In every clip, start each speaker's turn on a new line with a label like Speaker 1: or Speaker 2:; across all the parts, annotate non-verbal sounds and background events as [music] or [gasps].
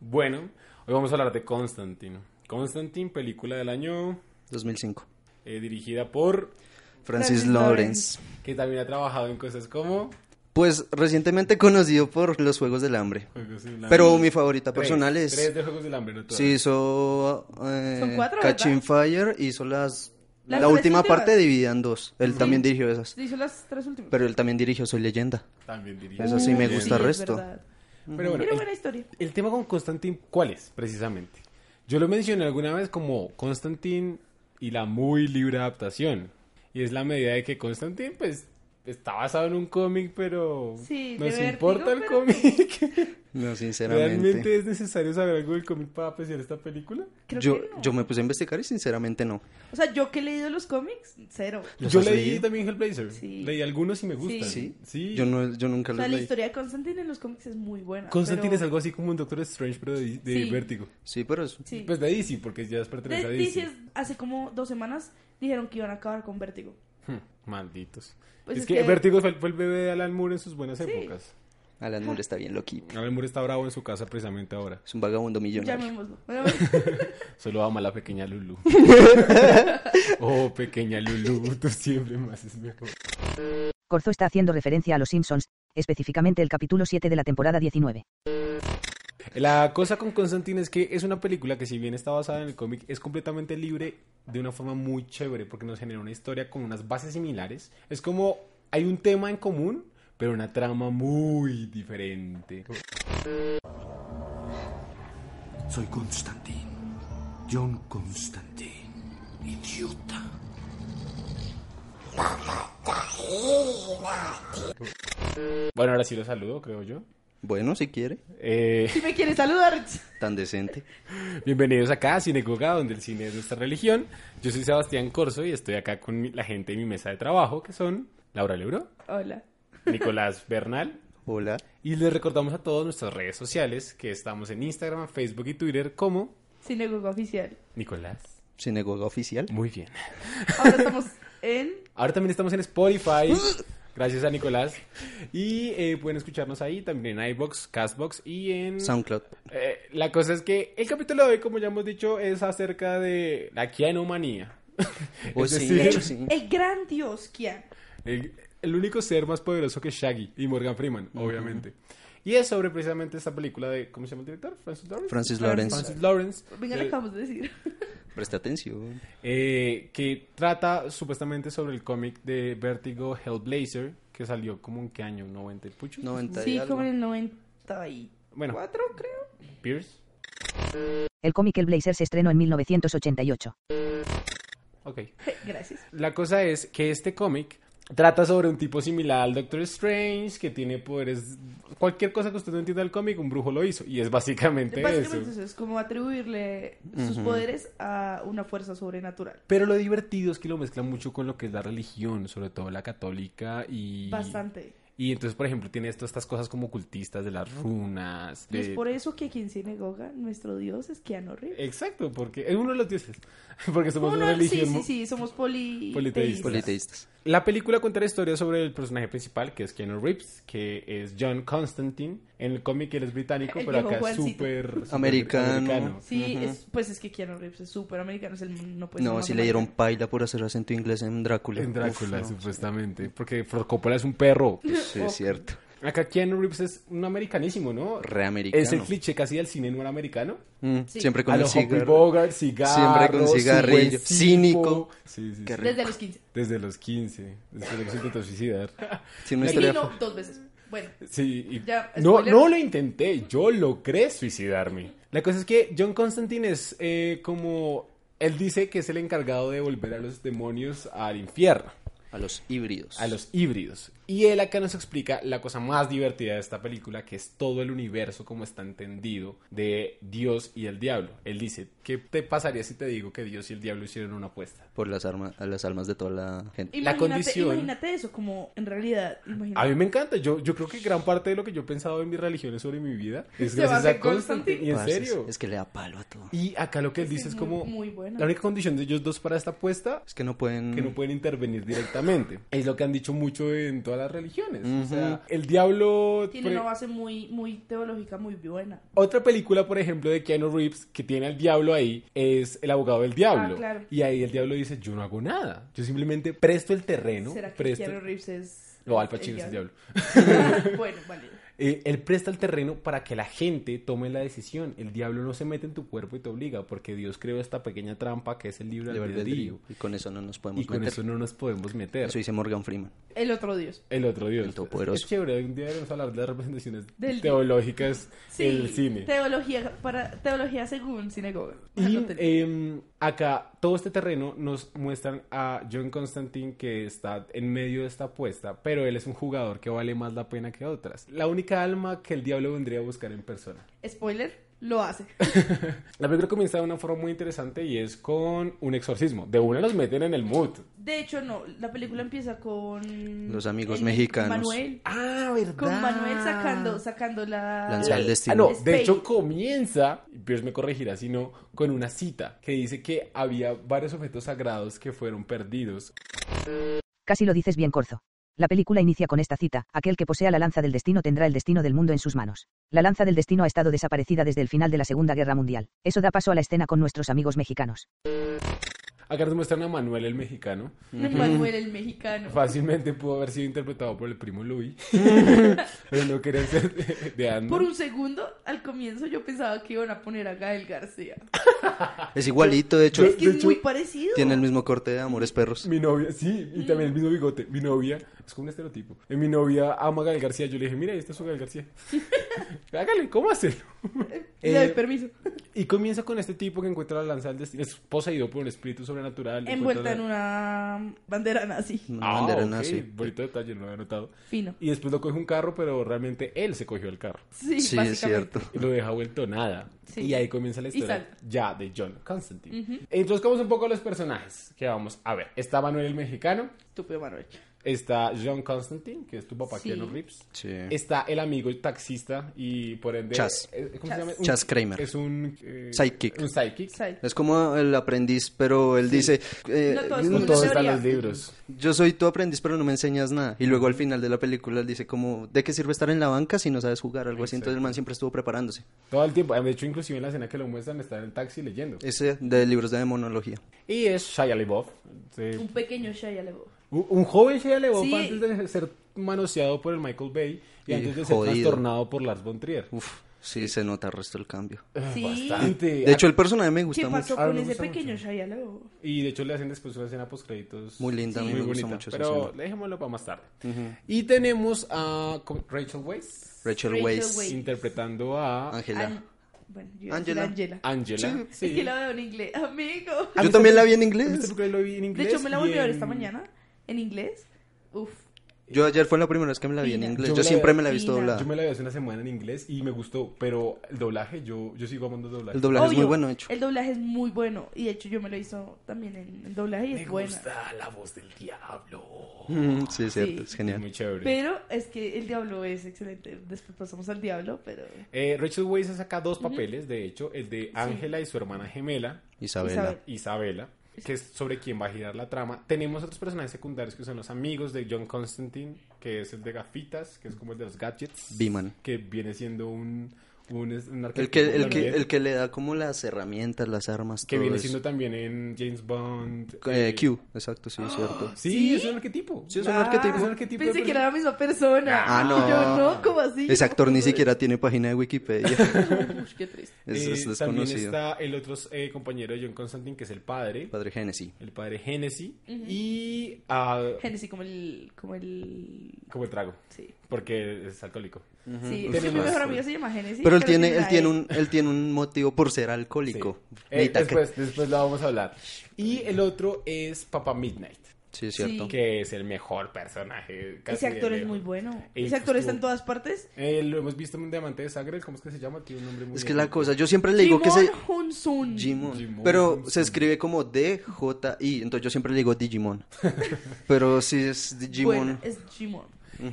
Speaker 1: Bueno, hoy vamos a hablar de Constantine. Constantine, película del año
Speaker 2: 2005.
Speaker 1: eh, dirigida por...
Speaker 2: Francis,
Speaker 3: Francis
Speaker 2: Lawrence.
Speaker 3: Lawrence.
Speaker 1: que también ha trabajado en cosas como...
Speaker 2: Pues recientemente conocido por los Juegos del Hambre.
Speaker 1: Juegos del Hambre.
Speaker 2: Pero mi favorita
Speaker 1: Tres,
Speaker 2: personal es...
Speaker 1: Tres de Juegos del Hambre, no todas.
Speaker 2: Sí, hizo eh,
Speaker 3: Son cuatro,
Speaker 2: Catching
Speaker 3: ¿verdad?
Speaker 2: Fire, hizo las...
Speaker 3: Las
Speaker 2: la
Speaker 3: tres
Speaker 2: última
Speaker 3: últimas.
Speaker 2: parte dividida en dos. Él
Speaker 3: Sí.
Speaker 2: también dirigió esas.
Speaker 3: Hizo las tres últimas.
Speaker 2: Pero él también dirigió Soy Leyenda.
Speaker 1: También diría.
Speaker 2: Esa sí me
Speaker 3: Uy,
Speaker 2: gusta
Speaker 3: es
Speaker 2: resto.
Speaker 3: verdad.
Speaker 1: Pero bueno,
Speaker 3: Pero
Speaker 1: el-
Speaker 3: buena historia.
Speaker 1: El tema con Constantine, ¿cuál es precisamente? Yo lo mencioné alguna vez como Constantine y la muy libre adaptación. Y es la medida de que Constantine, pues, está basado en un cómic, pero
Speaker 3: Sí,
Speaker 1: nos
Speaker 3: de vértigo,
Speaker 1: importa el
Speaker 3: pero-
Speaker 1: cómic.
Speaker 2: No, sinceramente.
Speaker 1: ¿Realmente es necesario saber algo del cómic para apreciar esta película?
Speaker 3: Creo
Speaker 2: yo,
Speaker 3: que no.
Speaker 2: yo me puse a investigar y sinceramente no.
Speaker 3: O sea, yo que he leído los cómics, cero.
Speaker 2: ¿Los
Speaker 1: Yo
Speaker 2: has
Speaker 1: leí
Speaker 2: leído?
Speaker 1: también Hellblazer.
Speaker 3: Sí.
Speaker 1: Leí algunos y me gustan.
Speaker 2: ¿Sí?
Speaker 1: Sí.
Speaker 2: Yo, no, yo nunca
Speaker 3: O
Speaker 2: lo
Speaker 3: sea, la
Speaker 2: leí.
Speaker 3: historia de Constantine en los cómics es muy buena.
Speaker 1: Constantine
Speaker 3: pero-
Speaker 1: es algo así como un Doctor Strange, pero de, de
Speaker 3: Sí.
Speaker 1: vértigo.
Speaker 2: Sí, pero es...
Speaker 3: Sí.
Speaker 1: Pues de DC, porque ya es
Speaker 3: De-
Speaker 1: pertenece a
Speaker 3: dices,
Speaker 1: DC.
Speaker 3: hace como dos semanas dijeron que iban a acabar con Vértigo.
Speaker 1: [laughs] Hmm, Malditos.
Speaker 3: Pues
Speaker 1: es,
Speaker 3: es
Speaker 1: que,
Speaker 3: que-
Speaker 1: Vértigo fue, fue el bebé de Alan Moore en sus buenas épocas.
Speaker 2: Alan Moore está bien loquito.
Speaker 1: Alan Moore está bravo en su casa precisamente ahora.
Speaker 2: Es un vagabundo millonario.
Speaker 3: Llamémoslo.
Speaker 1: Solo ama a la pequeña
Speaker 2: [laughs]
Speaker 1: Lulu. [laughs] oh, pequeña Lulu, [laughs] tú siempre más es mejor.
Speaker 4: Corzo está haciendo referencia a Los Simpsons, específicamente el capítulo 7 de la temporada 19.
Speaker 1: La cosa con Constantine es que es una película que si bien está basada en el cómic, es completamente libre de una forma muy chévere porque nos genera una historia con unas bases similares. Es como hay un tema en común, pero una trama muy diferente.
Speaker 5: Soy Constantine. John Constantine. Idiota.
Speaker 1: Bueno, ahora sí lo saludo, creo yo.
Speaker 2: Bueno, si quiere.
Speaker 1: Eh,
Speaker 3: [laughs] si me quieres saludar.
Speaker 2: Tan decente.
Speaker 1: Bienvenidos acá a Cinecoga, donde el cine es nuestra religión. Yo soy Sebastián Corso y estoy acá con mi- la gente de mi mesa de trabajo, que son Laura Leuro,
Speaker 3: Hola.
Speaker 1: Nicolás Bernal.
Speaker 2: Hola.
Speaker 1: Y les recordamos a todos nuestras redes sociales que estamos en Instagram, Facebook y Twitter como
Speaker 3: Sinagoga oficial.
Speaker 1: Nicolás.
Speaker 2: Sinagoga oficial.
Speaker 1: Muy bien.
Speaker 3: Ahora estamos en.
Speaker 1: Ahora también estamos en
Speaker 2: [gasps]
Speaker 1: Spotify. Gracias a Nicolás. Y eh, pueden escucharnos ahí también en iBox, Castbox y en
Speaker 2: SoundCloud.
Speaker 1: Eh, la cosa es que el capítulo de hoy, como ya hemos dicho, es acerca de la quianomanía.
Speaker 2: Oh,
Speaker 1: es
Speaker 2: sí,
Speaker 1: decir,
Speaker 2: de hecho, sí.
Speaker 3: El gran dios Kian.
Speaker 1: el, el único ser más poderoso que Shaggy y Morgan Freeman, obviamente. Y es sobre precisamente esta película de, ¿cómo se llama el director? Francis Lawrence.
Speaker 2: Francis Lawrence.
Speaker 1: Francis Lawrence.
Speaker 3: Venga, le
Speaker 1: Eh,
Speaker 3: acabamos de decir.
Speaker 2: Presta atención.
Speaker 1: eh, que trata supuestamente sobre el cómic de Vertigo Hellblazer, que salió como en qué año, 90 y pucho.
Speaker 2: 90 y
Speaker 3: Sí,
Speaker 2: algo.
Speaker 3: como en el 94,
Speaker 1: Bueno,
Speaker 3: creo.
Speaker 1: Pierce.
Speaker 4: El cómic El Blazer se estrenó en 1988.
Speaker 1: Ok.
Speaker 3: Gracias.
Speaker 1: La cosa es que este cómic trata sobre un tipo similar al Doctor Strange que tiene poderes. Cualquier cosa que usted no entienda del cómic, un brujo lo hizo. Y es básicamente,
Speaker 3: Básicamente
Speaker 1: eso.
Speaker 3: eso es como atribuirle sus poderes a una fuerza sobrenatural.
Speaker 1: Pero lo divertido es que lo mezcla mucho con lo que es la religión, sobre todo la católica y.
Speaker 3: Bastante.
Speaker 1: Y entonces, por ejemplo, tiene esto- estas cosas como cultistas de las runas.
Speaker 3: Y es
Speaker 1: de-
Speaker 3: por eso que aquí en Sinagoga nuestro dios es Keanu Reeves.
Speaker 1: Exacto, porque es uno de los dioses. [laughs] Porque somos
Speaker 3: Uno-
Speaker 1: una
Speaker 3: sí,
Speaker 1: religión.
Speaker 3: sí,
Speaker 1: mu-
Speaker 3: sí, somos poli...
Speaker 1: Politeístas.
Speaker 2: Pues Politeístas.
Speaker 1: La película cuenta la historia sobre el personaje principal, que es Keanu Reeves, que es John Constantine. En el cómic él es británico,
Speaker 3: El
Speaker 1: pero
Speaker 3: viejo
Speaker 1: acá es
Speaker 3: Juancito.
Speaker 1: súper súper
Speaker 2: Americano.
Speaker 3: Sí, es- pues es que Keanu Reeves es súper americano, es el Pues no puede ser
Speaker 2: No,
Speaker 3: más
Speaker 2: si le dieron
Speaker 3: americano.
Speaker 2: paila por hacer acento inglés en Drácula.
Speaker 1: En Drácula,
Speaker 2: Uf, no.
Speaker 1: supuestamente. Porque Ford Coppola es un perro.
Speaker 2: Sí, es cierto.
Speaker 1: Acá Keanu Reeves es un americanísimo, ¿no?
Speaker 2: Reamericano.
Speaker 1: Es el cliché casi del cine noir-americano.
Speaker 2: Mm,
Speaker 3: Sí.
Speaker 2: Siempre con
Speaker 1: A
Speaker 2: el
Speaker 1: lo Humphrey
Speaker 2: cigarro.
Speaker 1: Bogart, cigarro.
Speaker 2: Siempre con
Speaker 1: su
Speaker 2: cigarrillo.
Speaker 1: buen tipo.
Speaker 2: Cínico.
Speaker 1: Sí, sí, sí.
Speaker 2: Qué rico.
Speaker 3: Desde los 15.
Speaker 1: Desde los 15. Desde que se intentó suicidar.
Speaker 2: Tiene una
Speaker 3: Y
Speaker 2: historia
Speaker 3: no, dos veces. Bueno,
Speaker 1: Sí, y-
Speaker 3: Ya,
Speaker 1: no,
Speaker 3: spoiler.
Speaker 1: no lo intenté, yo logré suicidarme. La cosa es que John Constantine es eh, como... Él dice que es el encargado de volver a los demonios al infierno,
Speaker 2: a los híbridos.
Speaker 1: a los híbridos. Y él acá nos explica la cosa más divertida de esta película, que es todo el universo como está entendido de Dios y el diablo. Él dice, ¿qué te pasaría si te digo que Dios y el diablo hicieron una apuesta?
Speaker 2: Por las, armas, a las almas de toda la gente.
Speaker 3: imagínate,
Speaker 1: condición-
Speaker 3: imagínate eso, como en realidad, imagínate.
Speaker 1: A mí me encanta, yo, yo creo que gran parte de lo que yo he pensado en mis religiones sobre mi vida
Speaker 3: [laughs]
Speaker 1: es
Speaker 3: Se basa
Speaker 1: gracias a
Speaker 3: en Constantine.
Speaker 1: Constantine. Y en
Speaker 2: Parce, es-
Speaker 1: serio.
Speaker 2: Es que le da palo a todo.
Speaker 1: Y acá lo que él
Speaker 3: Sí,
Speaker 1: dice es
Speaker 3: muy-
Speaker 1: como
Speaker 3: muy buena.
Speaker 1: la única condición de ellos dos para esta apuesta
Speaker 2: Es que no pueden...
Speaker 1: es que no pueden intervenir directamente. Es lo que han dicho mucho en todas todas las religiones. O
Speaker 2: Ujú.
Speaker 1: sea, el diablo...
Speaker 3: Tiene
Speaker 1: pre-
Speaker 3: una base muy, muy teológica, muy buena.
Speaker 1: Otra película, por ejemplo, de Keanu Reeves que tiene al diablo ahí es El abogado del diablo.
Speaker 3: Ah, claro.
Speaker 1: Y ahí el diablo dice, yo no hago nada. Yo simplemente presto el terreno.
Speaker 3: ¿Será que
Speaker 1: presto...
Speaker 3: Keanu Reeves es...
Speaker 1: No, Al Pacino es el diablo.
Speaker 3: diablo? [laughs] bueno, vale.
Speaker 1: Eh, él presta el terreno para que la gente tome la decisión. El diablo no se mete en tu cuerpo y te obliga, porque Dios creó esta pequeña trampa que es el libre
Speaker 2: Libre
Speaker 1: albedrío.
Speaker 2: albedrío. Y con eso no nos podemos
Speaker 1: Y con
Speaker 2: meter.
Speaker 1: eso no nos podemos meter.
Speaker 2: Eso dice Morgan Freeman.
Speaker 3: El otro dios.
Speaker 1: El otro Dios.
Speaker 2: El Todopoderoso.
Speaker 1: Es chévere, un día vamos a hablar de las representaciones
Speaker 3: Del-
Speaker 1: teológicas
Speaker 3: Sí,
Speaker 1: en el cine.
Speaker 3: Teología, para, teología según sinagoga.
Speaker 1: Y
Speaker 3: Anótenlo.
Speaker 1: eh, acá, todo este terreno nos muestran a John Constantine que está en medio de esta apuesta, pero él es un jugador que vale más la pena que otras. La única alma que el diablo vendría a buscar en persona.
Speaker 3: Spoiler, lo hace.
Speaker 1: La película comienza de una forma muy interesante y es con un exorcismo. De una nos meten en el mood.
Speaker 3: De hecho, no, la película empieza con...
Speaker 2: Los amigos
Speaker 3: el-
Speaker 2: mexicanos.
Speaker 3: Manuel.
Speaker 1: Ah, verdad.
Speaker 3: Con Manuel sacando, sacando la...
Speaker 2: Lanza al
Speaker 1: Ah,
Speaker 2: destino.
Speaker 1: no, de
Speaker 3: Spade.
Speaker 1: hecho comienza, y Pierce me corregirá si no, con una cita que dice que había varios objetos sagrados que fueron perdidos.
Speaker 4: Casi lo dices bien, Corzo. La película inicia con esta cita, aquel que posea la lanza del destino tendrá el destino del mundo en sus manos. La lanza del destino ha estado desaparecida desde el final de la Segunda Guerra Mundial. Eso da paso a la escena con nuestros amigos mexicanos.
Speaker 1: Acá nos muestran a Manuel el mexicano.
Speaker 3: Manuel el mexicano.
Speaker 1: Fácilmente pudo haber sido interpretado por el primo Louis. [laughs] pero no quería ser de, de Andrew.
Speaker 3: Por un segundo, al comienzo yo pensaba que iban a poner a Gael García.
Speaker 1: Ah,
Speaker 2: Es igualito, de hecho.
Speaker 3: Es que
Speaker 1: de
Speaker 3: es
Speaker 1: hecho,
Speaker 3: muy parecido.
Speaker 2: Tiene el mismo corte de Amores Perros.
Speaker 1: Mi novia, sí, y también el mismo bigote. Mi novia, es como un estereotipo. Eh, Mi novia ama a Gael García. Yo le dije, mira, este es su Gael García. [laughs] Hágale, ¿cómo hacerlo?
Speaker 3: Le doy
Speaker 1: Eh,
Speaker 3: permiso.
Speaker 1: Y comienza con este tipo que encuentra la lanza del destino. Es poseído por un espíritu sobrenatural.
Speaker 3: Envuelta
Speaker 1: Encuentra
Speaker 3: en
Speaker 1: la-
Speaker 3: una bandera nazi.
Speaker 2: Una
Speaker 1: Ah,
Speaker 2: bandera
Speaker 1: ok,
Speaker 2: nazi.
Speaker 1: Bonito detalle, no lo había notado.
Speaker 3: Fino.
Speaker 1: Y después lo coge un carro, pero realmente él se cogió el carro.
Speaker 3: Sí,
Speaker 2: Sí, es
Speaker 3: básicamente.
Speaker 2: cierto.
Speaker 1: Y lo deja vuelto nada.
Speaker 3: Sí.
Speaker 1: Y ahí comienza la
Speaker 3: Y
Speaker 1: historia
Speaker 3: salta.
Speaker 1: ya de John Constantine. Entonces, como un poco los personajes que vamos a ver. Está Manuel el mexicano,
Speaker 3: Estúpido Manuel.
Speaker 1: está John Constantine, que es tu papá
Speaker 3: Sí.
Speaker 1: Keanu Reeves.
Speaker 2: Sí.
Speaker 1: Está el amigo el taxista y por ende
Speaker 2: Chas.
Speaker 1: eh, ¿cómo
Speaker 3: Chas.
Speaker 1: se llama? Un-
Speaker 2: Chas Kramer.
Speaker 1: Es un eh,
Speaker 2: Sidekick.
Speaker 1: Un sidekick.
Speaker 3: Sal.
Speaker 2: Es como el aprendiz, pero él dice, eh,
Speaker 3: No todo es
Speaker 1: No
Speaker 3: Una
Speaker 1: todos están
Speaker 3: teoría.
Speaker 1: los libros.
Speaker 2: [laughs] yo soy tu aprendiz, pero no me enseñas nada. Y luego al final de la película él dice como, ¿de qué sirve estar en la banca si no sabes jugar? Algo así. Entonces el man siempre estuvo preparándose.
Speaker 1: Todo el tiempo. De hecho, inclusive en la escena que lo muestran está en el taxi leyendo.
Speaker 2: Ese de libros de monología.
Speaker 1: Y es Shia LaBeouf. Sí.
Speaker 3: Un pequeño Shia LaBeouf.
Speaker 1: Un, un joven Shia LaBeouf
Speaker 3: Sí.
Speaker 1: antes de ser manoseado por el Michael Bay y,
Speaker 2: Y
Speaker 1: antes de ser
Speaker 2: jodido.
Speaker 1: trastornado por Lars von Trier.
Speaker 2: Uf, sí se nota el resto
Speaker 1: [laughs]
Speaker 2: del cambio.
Speaker 3: Sí.
Speaker 1: Ah, Bastante.
Speaker 2: De hecho el personaje me
Speaker 3: ¿Qué
Speaker 2: gusta mucho.
Speaker 3: pasó
Speaker 1: Ah,
Speaker 3: con
Speaker 1: me
Speaker 3: ese
Speaker 1: gusta
Speaker 3: pequeño Shia LaBeouf?
Speaker 1: Y de hecho le hacen después una escena post créditos.
Speaker 2: Muy linda, a mí me gusta mucho esa
Speaker 1: Pero
Speaker 2: escena.
Speaker 1: dejémoslo para más tarde. Y tenemos a co- Rachel Weisz
Speaker 2: Rachel
Speaker 3: Rachel
Speaker 2: Weisz,
Speaker 3: Weisz. Ah,
Speaker 1: interpretando a
Speaker 2: Ángela.
Speaker 3: An- Bueno, yo iba a decir
Speaker 2: Angela. Ah,
Speaker 3: Angela.
Speaker 1: Angela. Sí.
Speaker 3: Es que la veo en inglés, amigo.
Speaker 1: A mí
Speaker 2: Yo también
Speaker 1: esta-
Speaker 2: la vi
Speaker 1: a
Speaker 2: en
Speaker 1: mí esta
Speaker 2: inglés.
Speaker 1: película lo vi en
Speaker 3: De
Speaker 1: inglés
Speaker 3: hecho, me la volví
Speaker 1: y
Speaker 3: a ver
Speaker 1: en-
Speaker 3: esta mañana en inglés. Uf,
Speaker 2: Yo ayer fue la primera vez que me la vi en
Speaker 3: Fina.
Speaker 2: inglés.
Speaker 1: Yo
Speaker 2: Yo,
Speaker 1: me la-
Speaker 2: siempre me la he visto
Speaker 3: Fina.
Speaker 2: doblada.
Speaker 1: Yo me la vi hace una semana en inglés y me gustó, pero el doblaje, yo, yo sigo amando el doblaje.
Speaker 2: El doblaje es muy
Speaker 3: Obvio,
Speaker 2: bueno hecho.
Speaker 3: El doblaje es muy bueno. Y de hecho, yo me lo hizo también en el doblaje y
Speaker 1: me
Speaker 3: es buena.
Speaker 1: gusta la voz del diablo.
Speaker 2: Mm, Sí, es cierto,
Speaker 3: Sí.
Speaker 2: es genial.
Speaker 1: Muy chévere.
Speaker 3: Pero es que el diablo es excelente. Después pasamos al diablo, pero.
Speaker 1: Eh, Rachel Weisz saca dos papeles, de hecho, el de Ángela y su hermana gemela,
Speaker 2: Isabela.
Speaker 3: Isabel.
Speaker 1: Isabela, que es sobre quién va a girar la trama. Tenemos otros personajes secundarios que son los amigos de John Constantine, que es el de gafitas, que es como el de los gadgets,
Speaker 2: B-Man.
Speaker 1: que viene siendo un, un, es- un
Speaker 2: El
Speaker 1: arquetipo
Speaker 2: que, el, que,
Speaker 1: también,
Speaker 2: el que le da como las herramientas, las armas,
Speaker 1: que
Speaker 2: todo
Speaker 1: viene
Speaker 2: eso.
Speaker 1: siendo también en James Bond. eh,
Speaker 2: Eh, Q, exacto, sí, es
Speaker 3: [gasps]
Speaker 2: cierto.
Speaker 1: Sí,
Speaker 3: ¿Sí?
Speaker 1: es un arquetipo.
Speaker 2: Sí, es un
Speaker 1: Ah,
Speaker 2: arquetipo.
Speaker 1: es un arquetipo de
Speaker 3: Pensé que
Speaker 1: persona.
Speaker 3: era la misma persona.
Speaker 2: Ah, no.
Speaker 3: Ah, Yo no, ¿cómo así?
Speaker 2: Ese actor ni siquiera tiene página de Wikipedia.
Speaker 1: [laughs]
Speaker 3: Uy, qué triste.
Speaker 2: Es,
Speaker 1: Eh,
Speaker 2: es
Speaker 1: también
Speaker 2: desconocido.
Speaker 1: está el otro eh, compañero de John Constantine, que es el padre,
Speaker 2: Padre Genesis.
Speaker 1: el padre Genesis, y ah,
Speaker 3: Genesis, como el. Como el.
Speaker 1: como el trago.
Speaker 3: Sí.
Speaker 1: Porque es alcoholico.
Speaker 3: Sí, es que mi
Speaker 1: Tenemos-
Speaker 3: mejor amigo se llama Genesis.
Speaker 2: Pero él tiene, él
Speaker 3: la
Speaker 2: tiene
Speaker 3: E.
Speaker 2: un, él tiene un motivo por ser alcohólico.
Speaker 1: Sí. Eh,
Speaker 2: Necesita que-
Speaker 1: después, después lo vamos a hablar. Y el otro es Papa Midnight,
Speaker 2: Sí, es cierto.
Speaker 3: Sí.
Speaker 1: que es el mejor personaje. casi
Speaker 3: Ese actor
Speaker 1: de
Speaker 3: es muy
Speaker 1: lejos.
Speaker 3: bueno.
Speaker 1: Él
Speaker 3: Ese actor está en
Speaker 1: estuvo-
Speaker 3: todas partes.
Speaker 1: Eh, lo hemos visto en un diamante de sangre, ¿cómo es que se llama? Tiene un nombre muy
Speaker 2: Es que la
Speaker 1: bonito.
Speaker 2: cosa, yo siempre le digo que se...
Speaker 3: Jimon Hunsun.
Speaker 2: Jimon.
Speaker 1: Jimon.
Speaker 2: Pero se escribe como D-J-I, entonces yo siempre le
Speaker 1: [laughs]
Speaker 2: digo Digimon. Pero sí es Digimon.
Speaker 3: Bueno, es Jimon.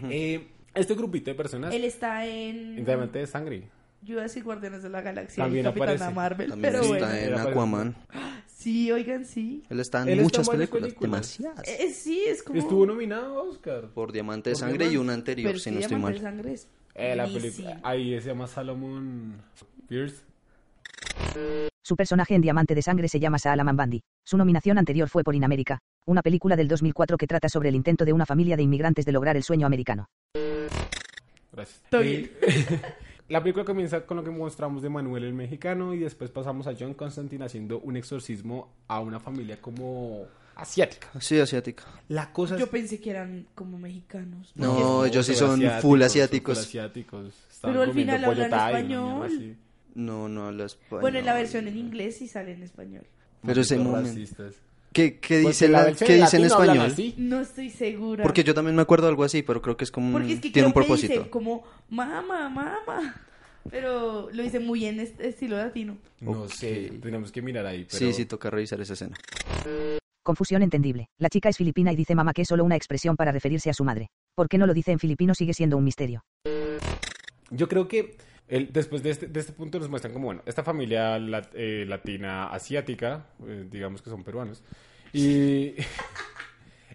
Speaker 1: Eh, este grupito de personas
Speaker 3: Él está
Speaker 1: en
Speaker 3: en.
Speaker 1: diamante de sangre.
Speaker 3: Yo iba a decir Guardianes de la Galaxia
Speaker 1: También
Speaker 3: y Capitana
Speaker 1: aparece.
Speaker 3: Marvel,
Speaker 2: También
Speaker 3: pero
Speaker 2: está
Speaker 3: bueno.
Speaker 1: eh.
Speaker 2: en
Speaker 1: Era para-
Speaker 2: Aquaman.
Speaker 3: Sí, oigan, sí.
Speaker 2: Él está en
Speaker 1: Él está en
Speaker 2: muchas
Speaker 1: varias
Speaker 2: películas,
Speaker 1: películas.
Speaker 2: demasiadas.
Speaker 3: Eh, sí, es como...
Speaker 1: Estuvo nominado a Oscar.
Speaker 2: Por Diamante de
Speaker 1: Por
Speaker 2: Sangre y
Speaker 1: Diamante.
Speaker 2: una anterior,
Speaker 3: pero
Speaker 2: si
Speaker 3: es
Speaker 2: no
Speaker 3: que
Speaker 2: estoy
Speaker 3: Diamante
Speaker 2: mal.
Speaker 3: de Sangre es
Speaker 1: Eh, la
Speaker 3: buenísima.
Speaker 1: película. Ahí se llama Salomon Pierce.
Speaker 4: Su personaje en Diamante de Sangre se llama Salaman Bandy. Su nominación anterior fue por Inamérica, una película del 2004 que trata sobre el intento de una familia de inmigrantes de lograr el sueño americano.
Speaker 1: Gracias.
Speaker 3: Está
Speaker 1: Eh, [laughs] la película comienza con lo que mostramos de Manuel el mexicano y después pasamos a John Constantine haciendo un exorcismo a una familia como asiática.
Speaker 2: Sí, asiática.
Speaker 1: La cosa
Speaker 3: Yo pensé que eran como mexicanos.
Speaker 2: No,
Speaker 3: porque-
Speaker 2: ellos sí
Speaker 1: son
Speaker 2: son
Speaker 1: asiáticos,
Speaker 2: full
Speaker 1: son
Speaker 2: asiáticos.
Speaker 1: full asiáticos.
Speaker 3: Pero al final
Speaker 1: comiendo
Speaker 3: hablan
Speaker 1: pollo thai, una mierda
Speaker 3: español.
Speaker 1: así.
Speaker 2: No, no habla español.
Speaker 3: Bueno, en la versión en inglés sí sale en español.
Speaker 2: Pero ese
Speaker 1: Malditos
Speaker 2: momento-
Speaker 1: racistas.
Speaker 2: ¿Qué, qué
Speaker 1: Porque
Speaker 2: dice,
Speaker 1: la
Speaker 2: la-
Speaker 1: versión
Speaker 2: qué
Speaker 1: Pues en
Speaker 2: dice en
Speaker 1: latino hablan
Speaker 2: español?
Speaker 1: así.
Speaker 3: No estoy segura.
Speaker 2: Porque yo también me acuerdo algo así, pero creo que es como... un-
Speaker 3: Porque es que
Speaker 2: tiene
Speaker 3: creo
Speaker 2: un
Speaker 3: que
Speaker 2: propósito.
Speaker 3: dice como mamá, mamá. Pero lo dice muy en este estilo latino.
Speaker 1: No
Speaker 2: Ok.
Speaker 1: sé, tenemos que mirar ahí. Pero...
Speaker 2: Sí, sí, toca revisar esa escena.
Speaker 4: Confusión entendible. La chica es filipina y dice mamá que es solo una expresión para referirse a su madre. ¿Por qué no lo dice en filipino sigue siendo un misterio?
Speaker 1: Yo creo que el- después de este, de este punto nos muestran como, bueno, esta familia lat- eh, latina asiática, eh, digamos que son peruanos, y, [laughs]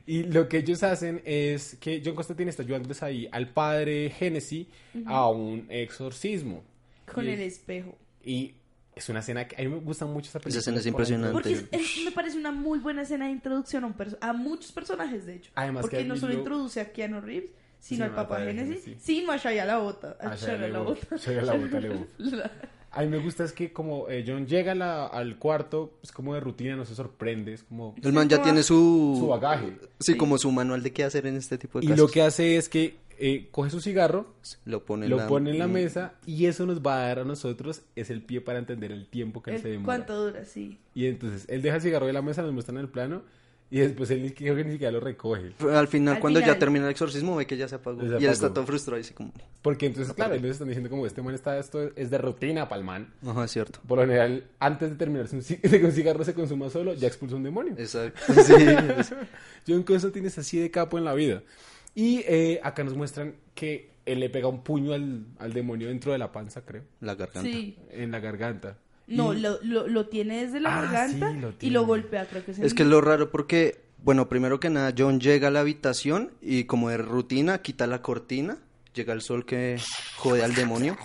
Speaker 1: y lo que ellos hacen es que John Constantine está ayudándoles ahí al padre Genesis a un exorcismo.
Speaker 3: Con
Speaker 1: Y-
Speaker 3: el espejo.
Speaker 1: Y es una escena que a mí me gusta mucho esa película.
Speaker 2: escena es
Speaker 1: por
Speaker 2: impresionante.
Speaker 1: algo.
Speaker 3: Porque es- es- me parece una muy buena escena de introducción a, un perso- a muchos personajes, de hecho.
Speaker 1: Además que
Speaker 3: Porque
Speaker 1: a
Speaker 3: no
Speaker 1: mí
Speaker 3: solo
Speaker 1: lo-
Speaker 3: introduce a Keanu Reeves,
Speaker 1: Sino
Speaker 3: sino al
Speaker 1: al
Speaker 3: Papa
Speaker 1: padre
Speaker 3: Génesis,
Speaker 1: Génesis.
Speaker 3: sino a Shia la Bota. A
Speaker 1: A
Speaker 3: Shia
Speaker 1: Shia
Speaker 3: la
Speaker 1: LaBeouf.
Speaker 3: Bota.
Speaker 1: Shia LaBeota LaBeouf.
Speaker 3: [laughs] La-
Speaker 1: A mí me gusta es que como eh, John llega a la- al cuarto, es como de rutina, no se sorprende, es como
Speaker 2: El man ya
Speaker 3: como-
Speaker 2: tiene su...
Speaker 1: su bagaje.
Speaker 2: Sí, como su manual de qué hacer en este tipo de
Speaker 1: Y
Speaker 2: casos.
Speaker 1: lo que hace es que eh, coge su cigarro,
Speaker 2: Lo pone en
Speaker 1: lo
Speaker 2: la,
Speaker 1: pone en la mesa y eso nos va a dar a nosotros es el pie para entender el tiempo que él
Speaker 3: el-
Speaker 1: se demora.
Speaker 3: ¿Cuánto dura? Sí.
Speaker 1: Y entonces él deja el cigarro de la mesa, nos muestran el plano y después él ni- creo que ni siquiera lo recoge.
Speaker 2: Al final,
Speaker 3: Al
Speaker 2: cuando
Speaker 3: final.
Speaker 2: ya termina el exorcismo, ve que ya se apagó.
Speaker 1: Se
Speaker 2: Y él está
Speaker 1: apagó.
Speaker 2: todo frustrado. Y dice como...
Speaker 1: Porque entonces, claro, ellos están diciendo como este man está, esto es de rutina para el man.
Speaker 2: Ajá, es
Speaker 3: [laughs]
Speaker 2: cierto.
Speaker 1: Por lo general, antes de terminarse un, ci- [laughs] de que un cigarro se consuma solo, ya expulsa un demonio.
Speaker 2: Exacto. Eh, [laughs]
Speaker 1: [laughs]
Speaker 2: Sí, es-
Speaker 1: John Constantine es así de capo en la vida. Y eh, acá nos muestran que él le pega un puño al, al demonio dentro de la panza, creo,
Speaker 2: la garganta.
Speaker 3: Sí.
Speaker 1: en la garganta.
Speaker 3: No,
Speaker 1: Y-
Speaker 3: lo, lo, lo tiene desde la
Speaker 1: Ah,
Speaker 3: garganta
Speaker 1: sí, lo
Speaker 3: y
Speaker 1: tiene.
Speaker 3: lo golpea, creo que es en-
Speaker 2: Es que es lo raro porque, bueno, primero que nada, John llega a la habitación y como de rutina quita la cortina, llega el sol que jode al demonio.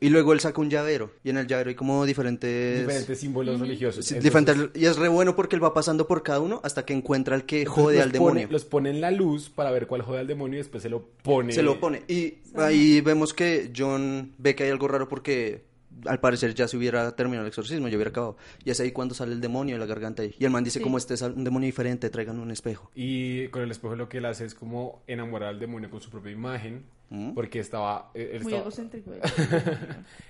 Speaker 2: Y luego él saca un llavero y en el llavero hay como diferentes...
Speaker 1: diferentes símbolos religiosos.
Speaker 2: sí,
Speaker 1: Entonces,
Speaker 2: diferentes- y es re bueno porque él va pasando por cada uno hasta que encuentra el que jode
Speaker 1: los
Speaker 2: al
Speaker 1: pone-
Speaker 2: demonio.
Speaker 1: los pone en la luz para ver cuál jode al demonio y después se lo pone.
Speaker 2: Se lo pone. Y ahí vemos que John ve que hay algo raro porque al parecer ya se hubiera terminado el exorcismo, ya hubiera acabado. Y es ahí cuando sale el demonio de la garganta. ahí. Y el man dice
Speaker 3: Sí.
Speaker 2: como este es un demonio diferente, traigan un espejo.
Speaker 1: Y con el espejo lo que él hace es como enamorar al demonio con su propia imagen.
Speaker 2: Mm.
Speaker 1: Porque estaba él, él
Speaker 3: muy
Speaker 1: estaba. [laughs]
Speaker 3: egocéntrico. eh.
Speaker 2: [laughs]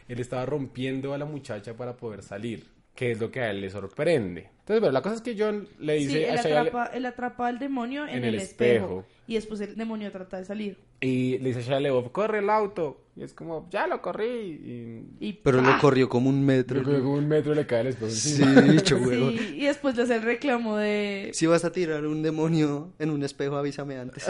Speaker 1: él estaba rompiendo a la muchacha para poder salir. Que es lo que a él le sorprende. Entonces, bueno, la cosa es que John le
Speaker 3: sí,
Speaker 1: dice
Speaker 3: él
Speaker 1: a Shia-
Speaker 3: atrapa, él atrapa al demonio en,
Speaker 1: en
Speaker 3: el
Speaker 1: el
Speaker 3: espejo.
Speaker 1: espejo.
Speaker 3: Y después el demonio trata de salir.
Speaker 1: Y le dice a Shia LaBeouf, corre el auto. Y es como, ya lo corrí. Y
Speaker 3: Y
Speaker 2: Pero
Speaker 3: ¡pa!
Speaker 2: lo corrió como un metro.
Speaker 1: creo que como un metro le cae el espejo.
Speaker 2: Sí,
Speaker 1: encima.
Speaker 2: bicho, huevón.
Speaker 3: [laughs] Sí, y después le hace el reclamo de...
Speaker 2: Si vas a tirar un demonio en un espejo, avísame antes.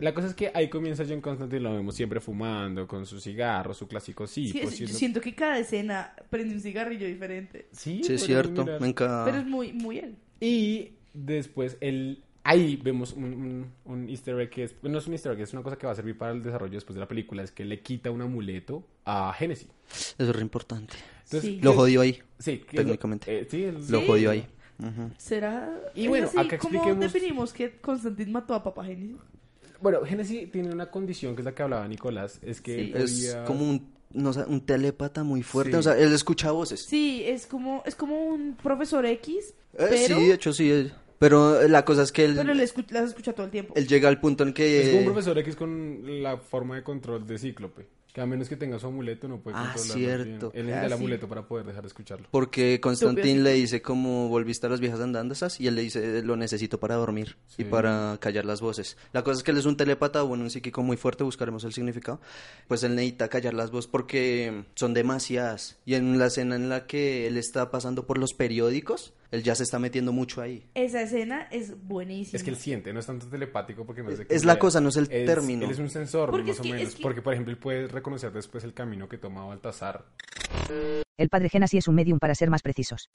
Speaker 1: La cosa es que ahí comienza John Constantine, lo vemos siempre fumando, con su cigarro, su clásico sí. pues,
Speaker 3: Sí, es- yo siento que cada escena prende un cigarrillo diferente.
Speaker 2: Sí, es cierto. Me
Speaker 3: Pero es
Speaker 2: encanta.
Speaker 3: muy, muy él.
Speaker 1: Y después el ahí vemos un, un- un easter egg que es, no es un easter egg, es una cosa que va a servir para el desarrollo después de la película, es que le quita un amuleto a Genesis.
Speaker 2: Eso es re importante.
Speaker 1: Entonces,
Speaker 3: Sí.
Speaker 2: Lo jodió ahí.
Speaker 1: Sí, que-
Speaker 2: Técnicamente.
Speaker 1: eh, sí, el-
Speaker 2: Lo
Speaker 3: Sí.
Speaker 2: jodió ahí. Ujú.
Speaker 3: ¿Será?
Speaker 1: Y
Speaker 3: es
Speaker 1: bueno,
Speaker 3: así,
Speaker 1: acá
Speaker 3: ¿cómo
Speaker 1: expliquemos-
Speaker 3: definimos que Constantín mató a Papa Génesis?
Speaker 1: Bueno, Genesis tiene una condición que es la que hablaba Nicolás, es que
Speaker 3: Sí.
Speaker 1: él
Speaker 2: Es
Speaker 1: podía-
Speaker 2: como un, no sé, un telépata muy fuerte.
Speaker 1: Sí.
Speaker 2: O sea, él escucha voces.
Speaker 3: Sí, es como, es como un profesor X,
Speaker 2: Eh,
Speaker 3: pero,
Speaker 2: Sí, de hecho sí. eh. Pero la cosa es que él,
Speaker 3: pero él escu- las escucha todo el tiempo.
Speaker 2: él llega al punto en que...
Speaker 1: Es como un profesor X con la forma de control de Cíclope. Que a menos que tenga su amuleto no puede
Speaker 2: Ah,
Speaker 1: controlarlo
Speaker 2: cierto.
Speaker 1: bien. Él necesita
Speaker 2: Ah,
Speaker 1: el
Speaker 2: sí.
Speaker 1: amuleto para poder dejar de escucharlo.
Speaker 2: Porque Constantín
Speaker 3: Estúpido.
Speaker 2: le dice como volviste a las viejas andanzas y él le dice lo necesito para dormir
Speaker 1: Sí.
Speaker 2: y para callar las voces. La cosa es que él es un telépata, bueno, un psíquico muy fuerte, buscaremos el significado. Pues él necesita callar las voces porque son demasiadas. Y en la escena en la que él está pasando por los periódicos, él ya se está metiendo mucho ahí.
Speaker 3: Esa escena es buenísima.
Speaker 1: Es que él siente, no es tanto telepático porque me parece que
Speaker 2: Es la
Speaker 1: sea-
Speaker 2: cosa, no es el
Speaker 1: él-
Speaker 2: término.
Speaker 1: Él es un sensor,
Speaker 3: Porque
Speaker 1: más
Speaker 3: es
Speaker 1: o
Speaker 3: que-
Speaker 1: menos.
Speaker 3: es que-
Speaker 1: Porque, por ejemplo, él puede reconocer después el camino que toma Baltasar.
Speaker 4: El padre Genasi es un medium para ser más precisos.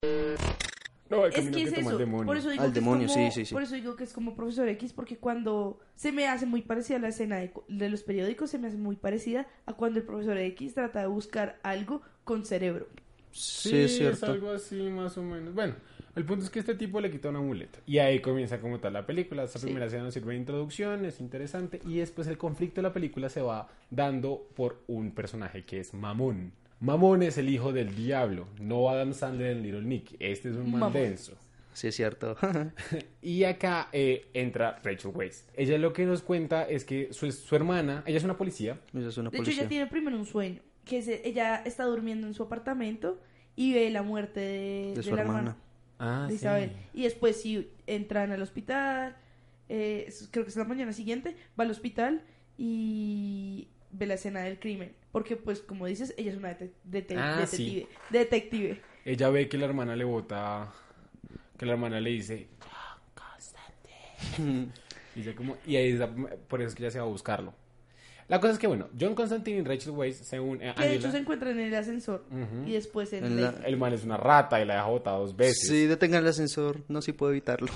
Speaker 1: No, el
Speaker 3: Es
Speaker 1: camino
Speaker 3: que
Speaker 1: que,
Speaker 3: es
Speaker 1: toma
Speaker 3: eso.
Speaker 1: el demonio.
Speaker 3: Por eso digo
Speaker 2: Al
Speaker 3: que es
Speaker 2: demonio,
Speaker 3: como-
Speaker 2: sí, sí, sí.
Speaker 3: Por eso digo que es como profesor X, porque cuando se me hace muy parecida la escena de, cu- de los periódicos, se me hace muy parecida a cuando el profesor X trata de buscar algo con cerebro.
Speaker 2: Sí, es cierto.
Speaker 1: algo así más o menos. Bueno, el punto es que este tipo le quita una muleta. Y ahí comienza como tal la película. Esta
Speaker 3: Sí.
Speaker 1: primera escena nos sirve de introducción, es interesante. Y después el conflicto de la película se va dando por un personaje que es Mamón. Mamón es el hijo del diablo, no Adam Sandler en Little Nick. Este es un man
Speaker 3: Mamón.
Speaker 1: denso.
Speaker 2: Sí, es cierto. [laughs]
Speaker 1: Y acá eh, entra Rachel Weisz. Ella lo que nos cuenta es que su, su hermana, ella es una policía,
Speaker 2: Eso es una
Speaker 3: De hecho,
Speaker 2: policía.
Speaker 3: ella tiene primero un sueño, que es, ella está durmiendo en su apartamento y ve la muerte de,
Speaker 2: De su
Speaker 3: la
Speaker 2: hermana.
Speaker 1: Ah,
Speaker 3: de Isabel. Y después sí entran al hospital, eh, es- creo que es la mañana siguiente, va al hospital y ve la escena del crimen. Porque pues como dices, ella es una dete- dete-
Speaker 1: Ah, sí.
Speaker 3: detective. Detective.
Speaker 1: Ella ve que la hermana le bota, que la hermana le dice, [laughs] Y, ya como, y ahí es la- por eso es que ya se va a buscarlo. La cosa es que, bueno, John Constantine y Rachel Weisz se unen a
Speaker 3: Que de hecho se
Speaker 1: Angela.
Speaker 3: encuentran en el ascensor
Speaker 1: Ujú.
Speaker 3: y después en,
Speaker 2: En
Speaker 3: la-
Speaker 2: la-
Speaker 1: El man es una rata y la deja botada dos veces.
Speaker 2: Sí, detengan el ascensor. No, si puedo
Speaker 1: [laughs]
Speaker 2: evitarlo.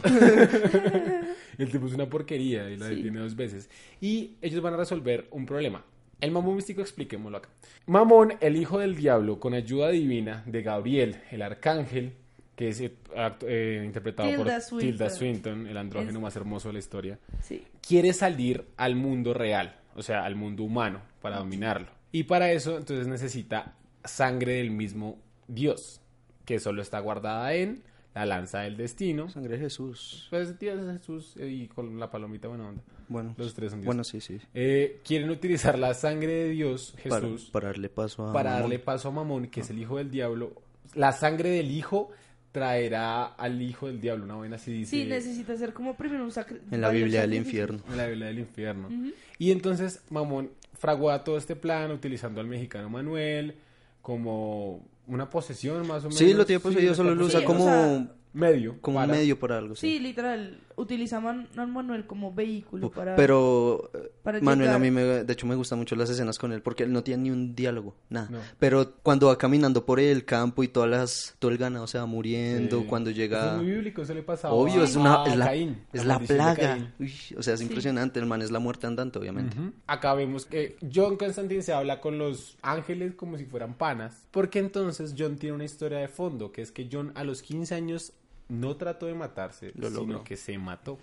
Speaker 1: El tipo es una porquería y la
Speaker 3: Sí.
Speaker 1: detiene dos veces. Y ellos van a resolver un problema. El mamón místico, expliquémoslo acá. Mamón, el hijo del diablo, con ayuda divina de Gabriel, el arcángel, que es eh, act- eh, interpretado
Speaker 3: Tilda
Speaker 1: por Tilda
Speaker 3: Swinton.
Speaker 1: Swinton, el andrógeno
Speaker 3: Es-
Speaker 1: más hermoso de la historia.
Speaker 3: Sí.
Speaker 1: quiere salir al mundo real, o sea, al mundo humano, para dominarlo. Y para eso, entonces necesita sangre del mismo Dios, que solo está guardada en la lanza del destino.
Speaker 2: Sangre de Jesús.
Speaker 1: Pues Dios es Jesús eh, y con la palomita buena onda.
Speaker 2: Bueno,
Speaker 1: Los tres son Dios.
Speaker 2: bueno sí, sí.
Speaker 1: Eh, quieren utilizar la sangre de Dios,
Speaker 2: Para,
Speaker 1: Jesús,
Speaker 2: para darle paso a.
Speaker 1: para
Speaker 2: Mamón.
Speaker 1: darle paso a Mamón, que es el hijo del diablo. La sangre del hijo traerá al hijo del diablo, una buena así dice.
Speaker 3: Sí, necesita hacer como primero un sacrificio.
Speaker 2: En la Biblia del infierno.
Speaker 1: En la Biblia del infierno. Y entonces Mamón fraguó todo este plan utilizando al mexicano Manuel como una posesión más o menos.
Speaker 2: Sí, lo tiene poseído,
Speaker 1: una
Speaker 2: solo lo
Speaker 1: posesión.
Speaker 2: usa
Speaker 3: Sí,
Speaker 2: como,
Speaker 3: o sea,
Speaker 1: medio.
Speaker 2: como
Speaker 1: para-
Speaker 2: medio para algo.
Speaker 3: Sí, literal, utiliza a Man- a Manuel como vehículo para...
Speaker 2: Pero eh,
Speaker 3: para
Speaker 2: Manuel a
Speaker 3: llegar.
Speaker 2: mí me, de hecho me gustan mucho las escenas con él porque él no tiene ni un diálogo, nada.
Speaker 1: No.
Speaker 2: Pero cuando va caminando por el campo y todas las todo el ganado se va muriendo,
Speaker 1: Sí.
Speaker 2: cuando
Speaker 1: Eso
Speaker 2: llega
Speaker 1: es muy bíblico, eso le pasaba.
Speaker 2: Obvio, es una
Speaker 1: a
Speaker 2: es la,
Speaker 1: Caín,
Speaker 2: es la
Speaker 1: maldición de
Speaker 2: plaga.
Speaker 1: Caín.
Speaker 2: Uy, o sea, es impresionante, el man es la muerte andante, obviamente.
Speaker 1: Ujú. Acá vemos que John Constantine se habla con los ángeles como si fueran panas, porque entonces John tiene una historia de fondo, que es que John a los 15 años no trató de matarse,
Speaker 2: Lo
Speaker 1: sino
Speaker 2: logró.
Speaker 1: que se mató.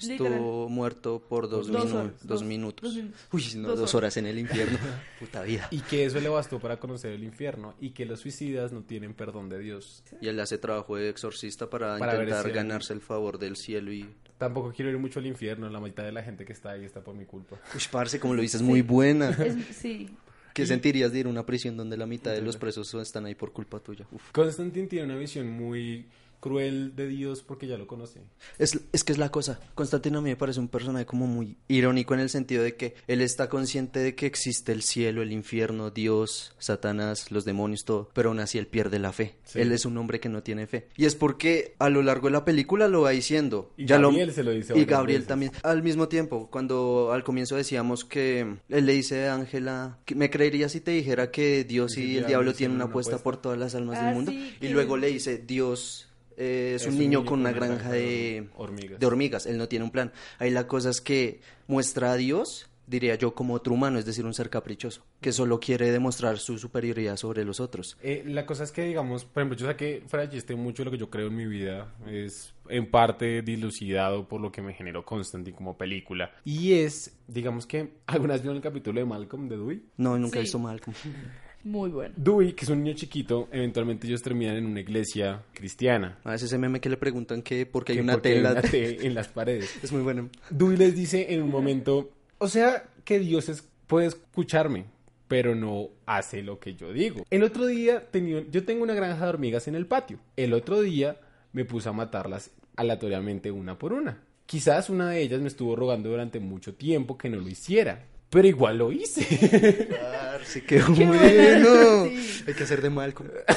Speaker 2: Estuvo
Speaker 3: Literal.
Speaker 2: muerto por dos,
Speaker 3: Dos
Speaker 2: minu-
Speaker 3: horas,
Speaker 2: dos
Speaker 3: dos-
Speaker 2: minutos.
Speaker 3: dos minutos.
Speaker 2: Uy, no,
Speaker 3: Dos
Speaker 2: dos horas en el
Speaker 1: [laughs]
Speaker 2: infierno. Puta vida.
Speaker 1: Y que eso le bastó para conocer el infierno y que los suicidas no tienen perdón de Dios.
Speaker 2: Y él hace trabajo de exorcista para,
Speaker 1: Para ver
Speaker 2: intentar
Speaker 1: si-
Speaker 2: ganarse el favor del cielo y
Speaker 1: Tampoco quiero ir mucho al infierno, la mitad de la gente que está ahí está por mi culpa.
Speaker 2: Uy, parce, como lo dices, muy [laughs] buena.
Speaker 3: Es- sí,
Speaker 2: ¿Qué sentirías de ir a una prisión donde la mitad de los presos están ahí por culpa tuya? Uf.
Speaker 1: Constantine tiene una visión muy cruel de Dios porque ya lo conoce.
Speaker 2: Es, es que es la cosa. Constantino a mí me parece un personaje como muy irónico en el sentido de que él está consciente de que existe el cielo, el infierno, Dios, Satanás, los demonios, todo, pero aún así él pierde la fe.
Speaker 1: Sí.
Speaker 2: Él es un hombre que no tiene fe. Y es porque a lo largo de la película lo va diciendo.
Speaker 1: Y
Speaker 2: lo-
Speaker 1: Gabriel se lo dice
Speaker 2: Y
Speaker 1: varias
Speaker 2: Gabriel
Speaker 1: veces.
Speaker 2: también. Al mismo tiempo, cuando al comienzo decíamos que él le dice a Ángela, que me creería si te dijera que Dios
Speaker 1: Sí,
Speaker 2: y
Speaker 1: el
Speaker 2: el
Speaker 1: diablo
Speaker 2: diablo tienen
Speaker 1: hicieron
Speaker 2: una
Speaker 1: una
Speaker 2: apuesta
Speaker 1: apuesta.
Speaker 2: por todas las almas
Speaker 3: Ah,
Speaker 2: del mundo.
Speaker 3: sí,
Speaker 2: y
Speaker 3: que-
Speaker 2: luego le dice, Dios eh, es, un, niño, con una granja de
Speaker 1: hormigas.
Speaker 2: de hormigas, él no tiene un plan. Ahí la cosa es que muestra a Dios, diría yo, como otro humano, es decir, un ser caprichoso, que solo quiere demostrar su superioridad sobre los otros.
Speaker 1: Eh, la cosa es que, digamos, por ejemplo, yo saqué fuera de chiste mucho de lo que yo creo en mi vida. Es en parte dilucidado por lo que me generó Constantine como película. Y es, digamos que, [laughs] algunas vieron el capítulo de Malcolm de Dewey.
Speaker 2: No, nunca
Speaker 3: Sí.
Speaker 2: he visto mal. [laughs]
Speaker 3: muy bueno.
Speaker 1: Dewey, que es un niño chiquito, eventualmente ellos terminan en una iglesia cristiana.
Speaker 2: A veces ese meme que le preguntan que porque hay
Speaker 1: Que
Speaker 2: una
Speaker 1: porque hay
Speaker 2: tela.
Speaker 1: una T
Speaker 2: [laughs]
Speaker 1: en las paredes.
Speaker 2: es muy bueno.
Speaker 1: Dewey les dice en un momento, o sea que Dios es- puede escucharme, pero no hace lo que yo digo. El otro día, tenía- yo tengo una granja de hormigas en el patio. El otro día me puse a matarlas aleatoriamente una por una. Quizás una de ellas me estuvo rogando durante mucho tiempo que no lo hiciera, pero igual lo hice.
Speaker 2: Sí, qué bueno. Hay que hacer de mal.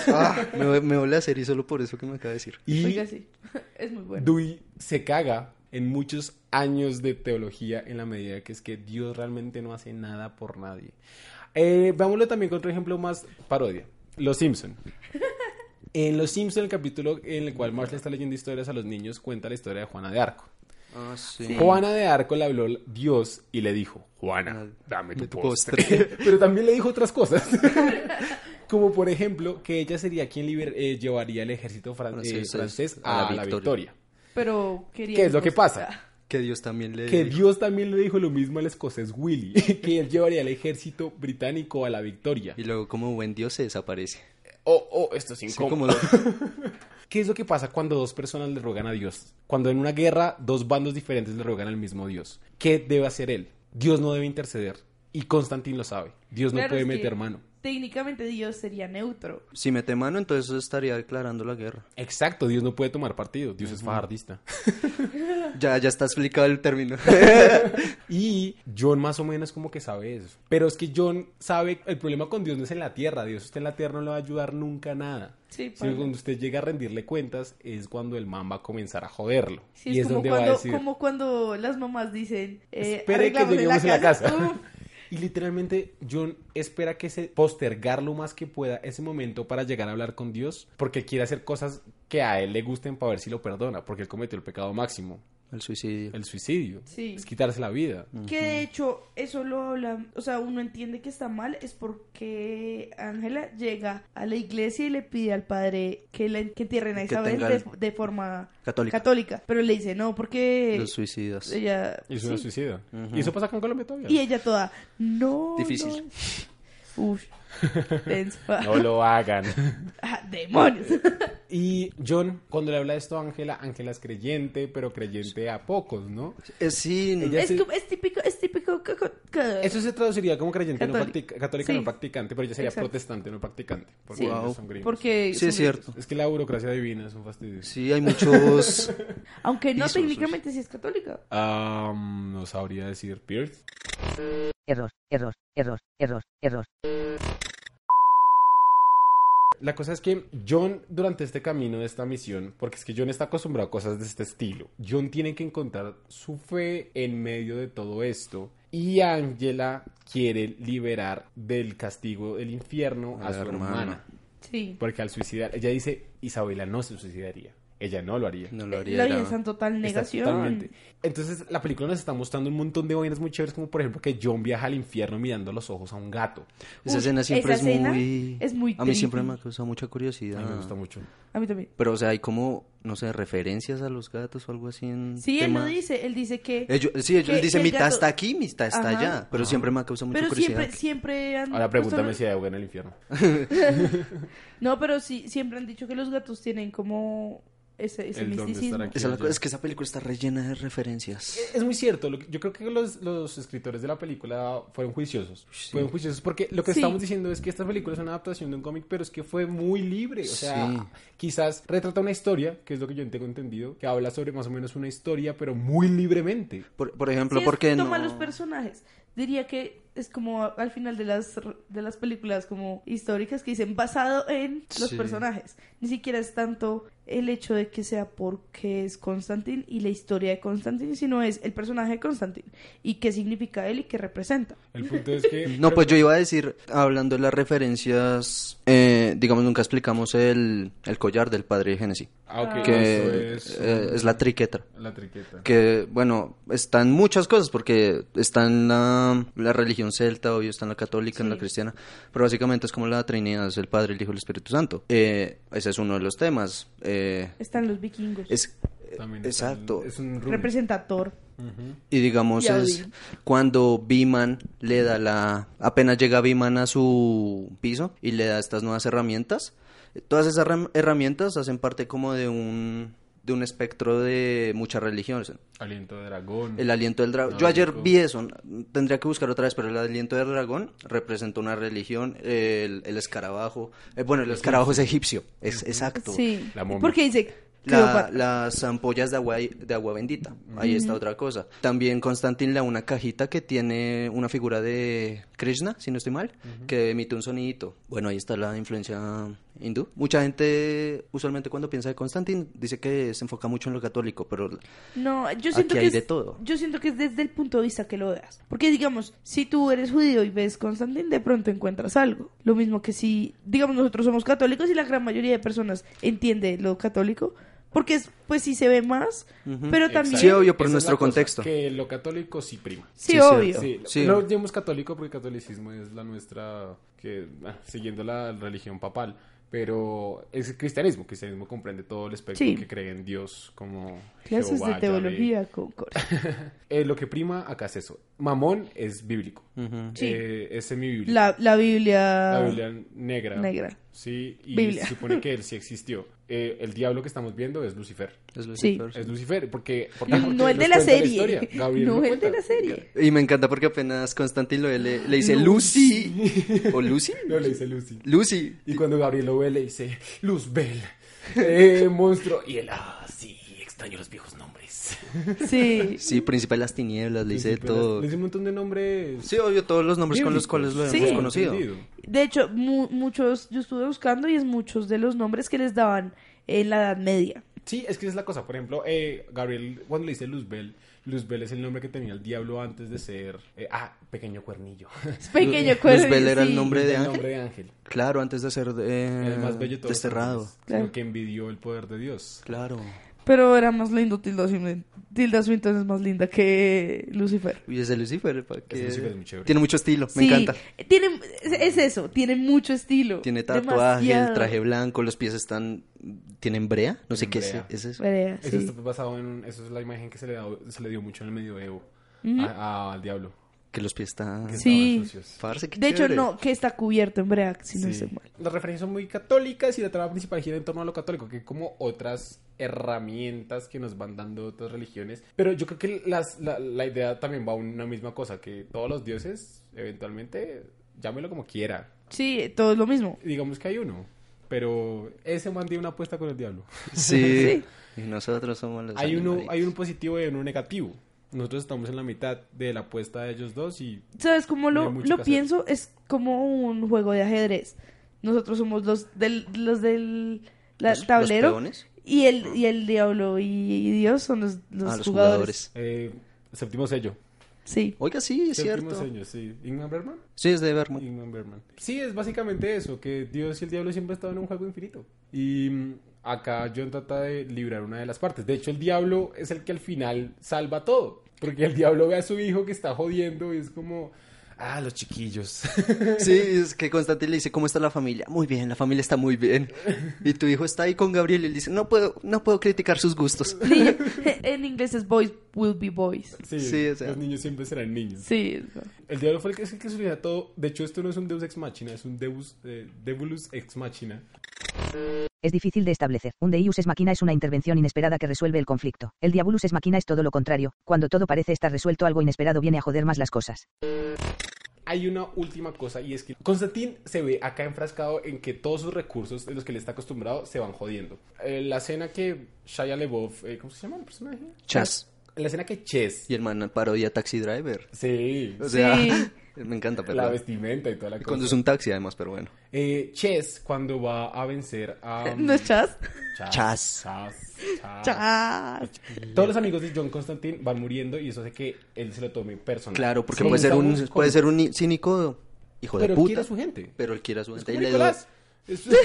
Speaker 2: Ah. me, me voy a hacer y solo por eso que me acaba de decir.
Speaker 1: [laughs] y
Speaker 3: Oiga, sí, [laughs] es muy bueno.
Speaker 1: Dewey se caga en muchos años de teología en la medida que es que Dios realmente no hace nada por [laughs] nadie. Eh, vámonos también con otro ejemplo más parodia. Los Simpson. En Los Simpsons, el capítulo en el cual Marsh le está leyendo historias a los niños, cuenta la historia de Juana de Arco.
Speaker 2: Ah, sí.
Speaker 1: Juana de Arco le habló Dios y le dijo, Juana,
Speaker 2: Ah,
Speaker 1: dame tu
Speaker 2: tu
Speaker 1: postre. [laughs] Pero también le dijo otras cosas. [laughs] Como por ejemplo, que ella sería quien liber- eh, llevaría el ejército fran- eh, francés,
Speaker 2: Franceses
Speaker 1: a, la victoria.
Speaker 3: Pero quería...
Speaker 1: ¿Qué es lo que
Speaker 3: pues,
Speaker 1: pasa?
Speaker 2: Que Dios también le
Speaker 1: Que
Speaker 2: dijo.
Speaker 1: Dios también le dijo lo mismo al escocés [laughs] Willy, que él llevaría el ejército británico a la victoria.
Speaker 2: Y luego como buen Dios se desaparece.
Speaker 1: Oh, oh, esto es
Speaker 2: Sí,
Speaker 1: incómodo.
Speaker 2: como lo-
Speaker 1: ¿Qué es lo que pasa cuando dos personas le ruegan a Dios? Cuando en una guerra dos bandos diferentes le ruegan al mismo Dios. ¿Qué debe hacer él? Dios no debe interceder. Y Constantín lo sabe. Dios no
Speaker 3: Claro,
Speaker 1: puede
Speaker 3: es que
Speaker 1: meter mano.
Speaker 3: Técnicamente Dios sería neutro.
Speaker 2: Si mete mano, entonces estaría declarando la guerra.
Speaker 1: Exacto, Dios no puede tomar partido. Dios es fajardista.
Speaker 2: Ya, ya está explicado el
Speaker 3: [laughs]
Speaker 2: término.
Speaker 1: Y John más o menos como que sabe eso. Pero es que John sabe, el problema con Dios no es en la tierra. Dios usted en la tierra no le va a ayudar nunca a nada.
Speaker 3: Sí,
Speaker 1: Sino
Speaker 3: Pablo.
Speaker 1: cuando usted llega a rendirle cuentas es cuando el man va a comenzar a joderlo.
Speaker 3: Sí,
Speaker 1: y es,
Speaker 3: es, como,
Speaker 1: donde
Speaker 3: cuando,
Speaker 1: va a decir...
Speaker 3: como cuando las mamás dicen... Eh,
Speaker 1: Espere que
Speaker 3: arreglamos en
Speaker 1: lleguemos a la casa.
Speaker 3: Uf,
Speaker 1: Y literalmente John espera que se postergar lo más que pueda ese momento para llegar a hablar con Dios, porque quiere hacer cosas que a él le gusten para ver si lo perdona, porque él cometió el pecado máximo,
Speaker 2: El suicidio.
Speaker 1: el suicidio,
Speaker 3: Sí.
Speaker 1: es quitarse la vida.
Speaker 3: Que de hecho, eso lo habla, o sea, uno entiende que está mal, es porque Ángela llega a la iglesia y le pide al padre que, la, que entierren a
Speaker 2: Que
Speaker 3: Isabel
Speaker 2: tenga
Speaker 3: de,
Speaker 2: el-
Speaker 3: de forma
Speaker 2: Católica.
Speaker 3: católica. Pero le dice no, porque
Speaker 2: Los suicidas.
Speaker 3: ella.
Speaker 1: Y es una
Speaker 3: sí.
Speaker 1: suicida. Y eso pasa acá en Colombia todavía.
Speaker 3: Y ella toda, no.
Speaker 2: Difícil.
Speaker 3: no".
Speaker 2: [laughs]
Speaker 3: Uy, tensa.
Speaker 1: No lo [laughs] hagan.
Speaker 3: [laughs] Ah, demonios.
Speaker 1: Y John, cuando le habla esto a Ángela, Ángela es creyente, pero creyente a pocos, ¿no?
Speaker 2: Eh, sí,
Speaker 1: Ella-
Speaker 3: es,
Speaker 1: se-
Speaker 3: como- es típico, es típico. ca- ca- ca-
Speaker 1: Eso se traduciría como creyente no
Speaker 3: Católica.
Speaker 1: practic- católica no
Speaker 3: Sí.
Speaker 1: practicante, pero ella sería
Speaker 3: Exacto.
Speaker 1: protestante no practicante, porque
Speaker 3: Sí.
Speaker 1: ellos
Speaker 2: Wow.
Speaker 1: son gringos.
Speaker 3: Porque.
Speaker 2: sí es cierto.
Speaker 1: Es que la burocracia divina es un fastidio.
Speaker 2: Sí, hay muchos...
Speaker 3: [laughs] Aunque no
Speaker 2: Pisos,
Speaker 3: técnicamente sí es católica.
Speaker 1: Am, no sabría decir Pierce.
Speaker 4: Error, error, error, error, error.
Speaker 1: La cosa es que John, durante este camino de esta misión, porque es que John está acostumbrado a cosas de este estilo, John tiene que encontrar su fe en medio de todo esto. Y Angela quiere liberar del castigo del infierno a,
Speaker 2: A la
Speaker 1: su hermana.
Speaker 2: hermana.
Speaker 3: Sí.
Speaker 1: Porque al suicidar, ella dice, Isabela no se suicidaría. Ella no lo haría.
Speaker 2: No lo
Speaker 3: La
Speaker 2: haría.
Speaker 3: vida
Speaker 2: era-
Speaker 3: está en total
Speaker 1: Está
Speaker 3: negación.
Speaker 1: totalmente. Entonces, la película nos está mostrando un montón de vainas muy chéveres, como por ejemplo que John viaja al infierno mirando los ojos a un gato.
Speaker 2: Esa
Speaker 3: Uy,
Speaker 2: escena siempre
Speaker 3: esa
Speaker 2: es
Speaker 3: escena
Speaker 2: muy...
Speaker 3: es muy
Speaker 2: A mí siempre me
Speaker 3: creepy.
Speaker 2: ha causado mucha curiosidad.
Speaker 1: A mí me gusta mucho.
Speaker 3: A mí también.
Speaker 2: Pero, o sea, hay como, no sé, referencias a los gatos o algo así en
Speaker 3: Sí, él lo
Speaker 2: temas.
Speaker 3: dice, él dice que...
Speaker 2: Ellos- sí, ellos
Speaker 3: que-
Speaker 2: dicen,
Speaker 3: que el
Speaker 2: mitad
Speaker 3: gato-
Speaker 2: está aquí, mitad está
Speaker 3: Ajá.
Speaker 2: allá. Pero siempre me ha causado mucha
Speaker 3: Pero
Speaker 2: curiosidad.
Speaker 3: siempre, siempre han...
Speaker 1: Ahora pregúntame
Speaker 3: pues,
Speaker 1: si hay agua en el infierno.
Speaker 3: No, pero sí, siempre han dicho que los gatos tienen como ese, ese
Speaker 1: El don de estar
Speaker 3: misticismo.
Speaker 1: aquí.
Speaker 2: Esa es la cosa, es que esa película está rellena de referencias.
Speaker 1: Es muy cierto, lo que- yo creo que los, los escritores de la película fueron juiciosos. Fueron juiciosos porque lo que
Speaker 3: Sí.
Speaker 1: estamos diciendo es que esta película es una adaptación de un cómic, pero es que fue muy libre. O sea,
Speaker 2: Sí.
Speaker 1: quizás retrata una historia, que es lo que yo tengo entendido, que habla sobre más o menos una historia, pero muy libremente.
Speaker 2: Por, por ejemplo,
Speaker 3: Sí, es-
Speaker 2: porque no...
Speaker 3: toma los personajes. Diría que es como al final de las, de las películas como históricas que dicen basado en los
Speaker 2: Sí.
Speaker 3: personajes. Ni siquiera es tanto el hecho de que sea porque es Constantine y la historia de Constantine, sino es el personaje de Constantine y qué significa él y qué representa.
Speaker 1: El punto es que...
Speaker 2: [laughs] No, pues yo iba a decir, hablando de las referencias, eh, digamos, nunca explicamos el, el collar del padre de Genesis,
Speaker 1: Ah, ok,
Speaker 2: que
Speaker 1: eso es,
Speaker 2: eh, es la triquetra.
Speaker 1: la triqueta.
Speaker 2: Que, bueno, están muchas cosas, porque está en la, la religión celta, obvio, está en la católica, en la
Speaker 3: Sí.
Speaker 2: cristiana, pero básicamente es como la Trinidad, es el Padre, el Hijo y el Espíritu Santo. Eh, ese es uno de los temas. eh,
Speaker 3: Están los vikingos.
Speaker 2: es,
Speaker 1: También es
Speaker 2: exacto.
Speaker 1: un- Es un rune.
Speaker 3: Representa a Thor.
Speaker 1: Ujú.
Speaker 2: Y digamos
Speaker 3: Y a
Speaker 2: es
Speaker 3: Odín.
Speaker 2: cuando Biman le da la... apenas llega Biman a su piso y le da estas nuevas herramientas. Todas esas herram- herramientas hacen parte como de un, de un espectro de muchas religiones.
Speaker 1: Aliento de dragón.
Speaker 2: El aliento del dragón. Yo ayer vi eso, tendría que buscar otra vez, pero el aliento del dragón representa una religión, el, el escarabajo. eh, bueno, el escarabajo es egipcio, es exacto.
Speaker 3: Sí.
Speaker 1: La momia.
Speaker 3: Porque dice
Speaker 2: La-
Speaker 3: Cleopatra.
Speaker 2: las ampollas de agua, de agua bendita. Ahí está otra cosa. También Constantin le da una cajita que tiene una figura de Krishna, si no estoy mal, que emite un sonidito. Bueno, ahí está la influencia hindú. Mucha gente, usualmente cuando piensa de Constantine, dice que se enfoca mucho en lo católico, pero
Speaker 3: No, yo siento
Speaker 2: Aquí
Speaker 3: que
Speaker 2: hay
Speaker 3: es,
Speaker 2: de todo.
Speaker 3: Yo siento que es desde el punto de vista que lo veas. Porque digamos, si tú eres judío y ves Constantín, de pronto encuentras algo. Lo mismo que si, digamos, nosotros somos católicos y la gran mayoría de personas entiende lo católico, porque es, pues sí se ve más,
Speaker 2: Ujú.
Speaker 3: pero
Speaker 1: Exacto.
Speaker 3: también
Speaker 2: Sí, obvio, por
Speaker 1: Esa es
Speaker 2: nuestro
Speaker 1: la cosa,
Speaker 2: contexto.
Speaker 1: Que lo católico sí prima.
Speaker 3: sí,
Speaker 2: sí,
Speaker 3: obvio.
Speaker 1: Sí,
Speaker 2: Sí.
Speaker 1: no decimos católico porque el catolicismo es la nuestra, que ah, siguiendo la religión papal, pero es el cristianismo. Cristianismo comprende todo el espectro
Speaker 3: Sí.
Speaker 1: que cree en Dios como
Speaker 3: Clases
Speaker 1: Jehová,
Speaker 3: de
Speaker 1: Yahvé.
Speaker 3: teología con Cora.
Speaker 1: Eh, lo que prima acá es eso. Mamón es bíblico.
Speaker 2: ujú.
Speaker 3: Sí.
Speaker 1: Eh, es semibíblico.
Speaker 3: La, la Biblia.
Speaker 1: La Biblia negra.
Speaker 3: Negra.
Speaker 1: Sí, y
Speaker 3: Biblia.
Speaker 1: se supone que él sí existió. Eh, el diablo que estamos viendo es Lucifer.
Speaker 2: Es
Speaker 3: Sí.
Speaker 2: Lucifer.
Speaker 1: Es Lucifer, porque... porque
Speaker 3: No el
Speaker 1: nos
Speaker 3: de la
Speaker 1: cuenta
Speaker 3: serie.
Speaker 1: historia. Gabriel
Speaker 3: [laughs] no
Speaker 1: nos
Speaker 3: el de
Speaker 1: cuenta.
Speaker 3: la serie.
Speaker 2: Y me encanta porque apenas Constantine lo ve, le, le dice Lucy. ¿O Lucy?
Speaker 1: [laughs] No le dice Lucy.
Speaker 2: Lucy.
Speaker 1: Y cuando Gabriel lo ve, le dice,
Speaker 2: [laughs]
Speaker 1: Luzbel, eh, monstruo. Y él, ah, sí, extraño los viejos nombres.
Speaker 3: Sí.
Speaker 2: Sí, Príncipe de las Tinieblas, le dice de
Speaker 1: Príncipe,
Speaker 2: todo.
Speaker 1: Le dice un montón de nombres.
Speaker 2: Sí, obvio, todos los nombres con los
Speaker 1: bíblicos.
Speaker 2: cuales lo hemos
Speaker 3: Sí.
Speaker 2: conocido.
Speaker 1: Entendido.
Speaker 3: De hecho, mu- muchos, yo estuve buscando y es muchos de los nombres que les daban en la Edad Media.
Speaker 1: Sí, es que esa es la cosa. Por ejemplo, eh, Gabriel, cuando le dice Luzbel, Luzbel es el nombre que tenía el diablo antes de ser. eh, ah, pequeño cuernillo.
Speaker 3: Es pequeño
Speaker 2: Luz
Speaker 3: cuervo,
Speaker 2: Bell era el
Speaker 3: sí.
Speaker 2: nombre de
Speaker 1: el
Speaker 2: ángel.
Speaker 1: nombre de ángel.
Speaker 2: Claro, antes de ser eh,
Speaker 1: Era el más bello de todos.
Speaker 2: desterrado.
Speaker 1: los ángeles,
Speaker 3: Claro.
Speaker 1: Sino que envidió el poder de Dios.
Speaker 2: Claro.
Speaker 3: Pero era más lindo Tilda Swinton. Tilda Swinton es más linda que Lucifer.
Speaker 2: Y ese Lucifer, eh, ¿para qué?
Speaker 1: Lucifer es muy chévere.
Speaker 2: Tiene mucho estilo, me
Speaker 3: Sí,
Speaker 2: encanta.
Speaker 3: Tiene, es, es eso, tiene mucho estilo.
Speaker 2: Tiene tatuaje, el
Speaker 3: Demasiado.
Speaker 2: traje blanco, los pies están. ¿Tienen brea? No sé
Speaker 1: Tienen
Speaker 2: qué
Speaker 1: brea.
Speaker 2: es, es eso.
Speaker 3: Brea,
Speaker 1: Eso
Speaker 3: sí.
Speaker 1: está basado en. un- Eso es la imagen que se le, da- se le dio mucho en el medioevo a- a- al diablo.
Speaker 2: Que los pies están.
Speaker 3: Sí.
Speaker 1: Estaban sucios.
Speaker 2: Parce, qué
Speaker 3: De hecho,
Speaker 2: chévere.
Speaker 3: no, que está cubierto en Brea, si no
Speaker 1: Sí.
Speaker 3: estoy mal.
Speaker 1: Las referencias son muy católicas y la trama principal gira en torno a lo católico, que como otras herramientas que nos van dando otras religiones. Pero yo creo que las- la, la idea también va a una misma cosa, que todos los dioses, eventualmente, llámelo como quiera.
Speaker 3: Sí, todo es lo mismo.
Speaker 1: Digamos que hay uno, pero ese man tiene una apuesta con el diablo.
Speaker 3: [laughs]
Speaker 2: Sí. Y nosotros somos los.
Speaker 1: hay, uno,
Speaker 2: animalitos.
Speaker 1: hay uno positivo y uno negativo. Nosotros estamos en la mitad de la apuesta de ellos dos y
Speaker 3: ¿Sabes cómo
Speaker 1: No
Speaker 3: lo,
Speaker 1: hay mucho
Speaker 3: lo
Speaker 1: que hacer.
Speaker 3: pienso? Es como un juego de ajedrez. Nosotros somos los del, los del la-
Speaker 2: Los- los
Speaker 3: tablero.
Speaker 2: peones.
Speaker 3: y el, y el diablo y, y Dios son los, los
Speaker 2: Ah, los jugadores.
Speaker 3: jugadores.
Speaker 1: eh, séptimo sello.
Speaker 3: Sí.
Speaker 2: Oiga, sí, es
Speaker 1: séptimo
Speaker 2: cierto.
Speaker 1: sello, sí. Ingmar Bergman.
Speaker 2: Sí, es
Speaker 1: [laughs]
Speaker 2: de Berman.
Speaker 1: Ingmar Bergman. Sí, es básicamente eso, que Dios y el diablo siempre estaban en un juego infinito. Y mm, acá John trata de librar una de las partes. De hecho, el diablo es el que al final salva todo. Porque el diablo ve a su hijo que está jodiendo y es como... Ah, los chiquillos. [laughs]
Speaker 2: Sí, es que Constantine le dice, ¿cómo está la familia? Muy bien, la familia está muy
Speaker 1: [laughs]
Speaker 2: bien. Y tu hijo está ahí con Gabriel y le dice, no puedo, no puedo criticar sus gustos.
Speaker 3: Niño- [laughs] en inglés es boys will be boys.
Speaker 1: Sí,
Speaker 2: Sí, o sea.
Speaker 1: los niños siempre serán niños.
Speaker 3: Sí. es verdad.
Speaker 1: El diablo fue el que, es el que soluciona todo. De hecho, esto no es un Deus Ex Machina, es un Deus, eh, Devilus Ex Machina.
Speaker 4: Es difícil de establecer. Un Deus es máquina es una intervención inesperada que resuelve el conflicto. El Diabolus es máquina es todo lo contrario. Cuando todo parece estar resuelto, algo inesperado viene a joder más las cosas.
Speaker 1: Hay una última cosa y es que Constantín se ve acá enfrascado en que todos sus recursos de los que le está acostumbrado se van jodiendo. Eh, la escena que Shia LeBeouf, eh, ¿cómo se llama el personaje?
Speaker 2: Chas.
Speaker 1: La escena que Chess.
Speaker 2: Pues, Y el man parodia Taxi Driver.
Speaker 1: Sí.
Speaker 2: O sea,
Speaker 3: Sí.
Speaker 2: [laughs] me encanta, pero
Speaker 1: La vestimenta y toda la
Speaker 2: cuando es
Speaker 1: cosa.
Speaker 2: un taxi además, pero bueno.
Speaker 1: Eh, Chess cuando va a vencer
Speaker 2: [laughs]
Speaker 1: a...
Speaker 3: ¿No es chas?
Speaker 1: Chas.
Speaker 2: Chas.
Speaker 1: Chas. Chas.
Speaker 3: Chas.
Speaker 1: Todos los amigos de John Constantine van muriendo y eso hace que él se lo tome personal.
Speaker 2: Claro, porque
Speaker 1: Sí.
Speaker 2: puede ser un
Speaker 1: Estamos con-
Speaker 2: puede ser un ni- cínico hijo de
Speaker 1: Pero
Speaker 2: puta.
Speaker 1: quiere a su gente.
Speaker 2: Pero él quiere a su
Speaker 1: Es
Speaker 2: gente.
Speaker 1: como
Speaker 2: Y le
Speaker 1: Nicolás. Es-
Speaker 2: doy-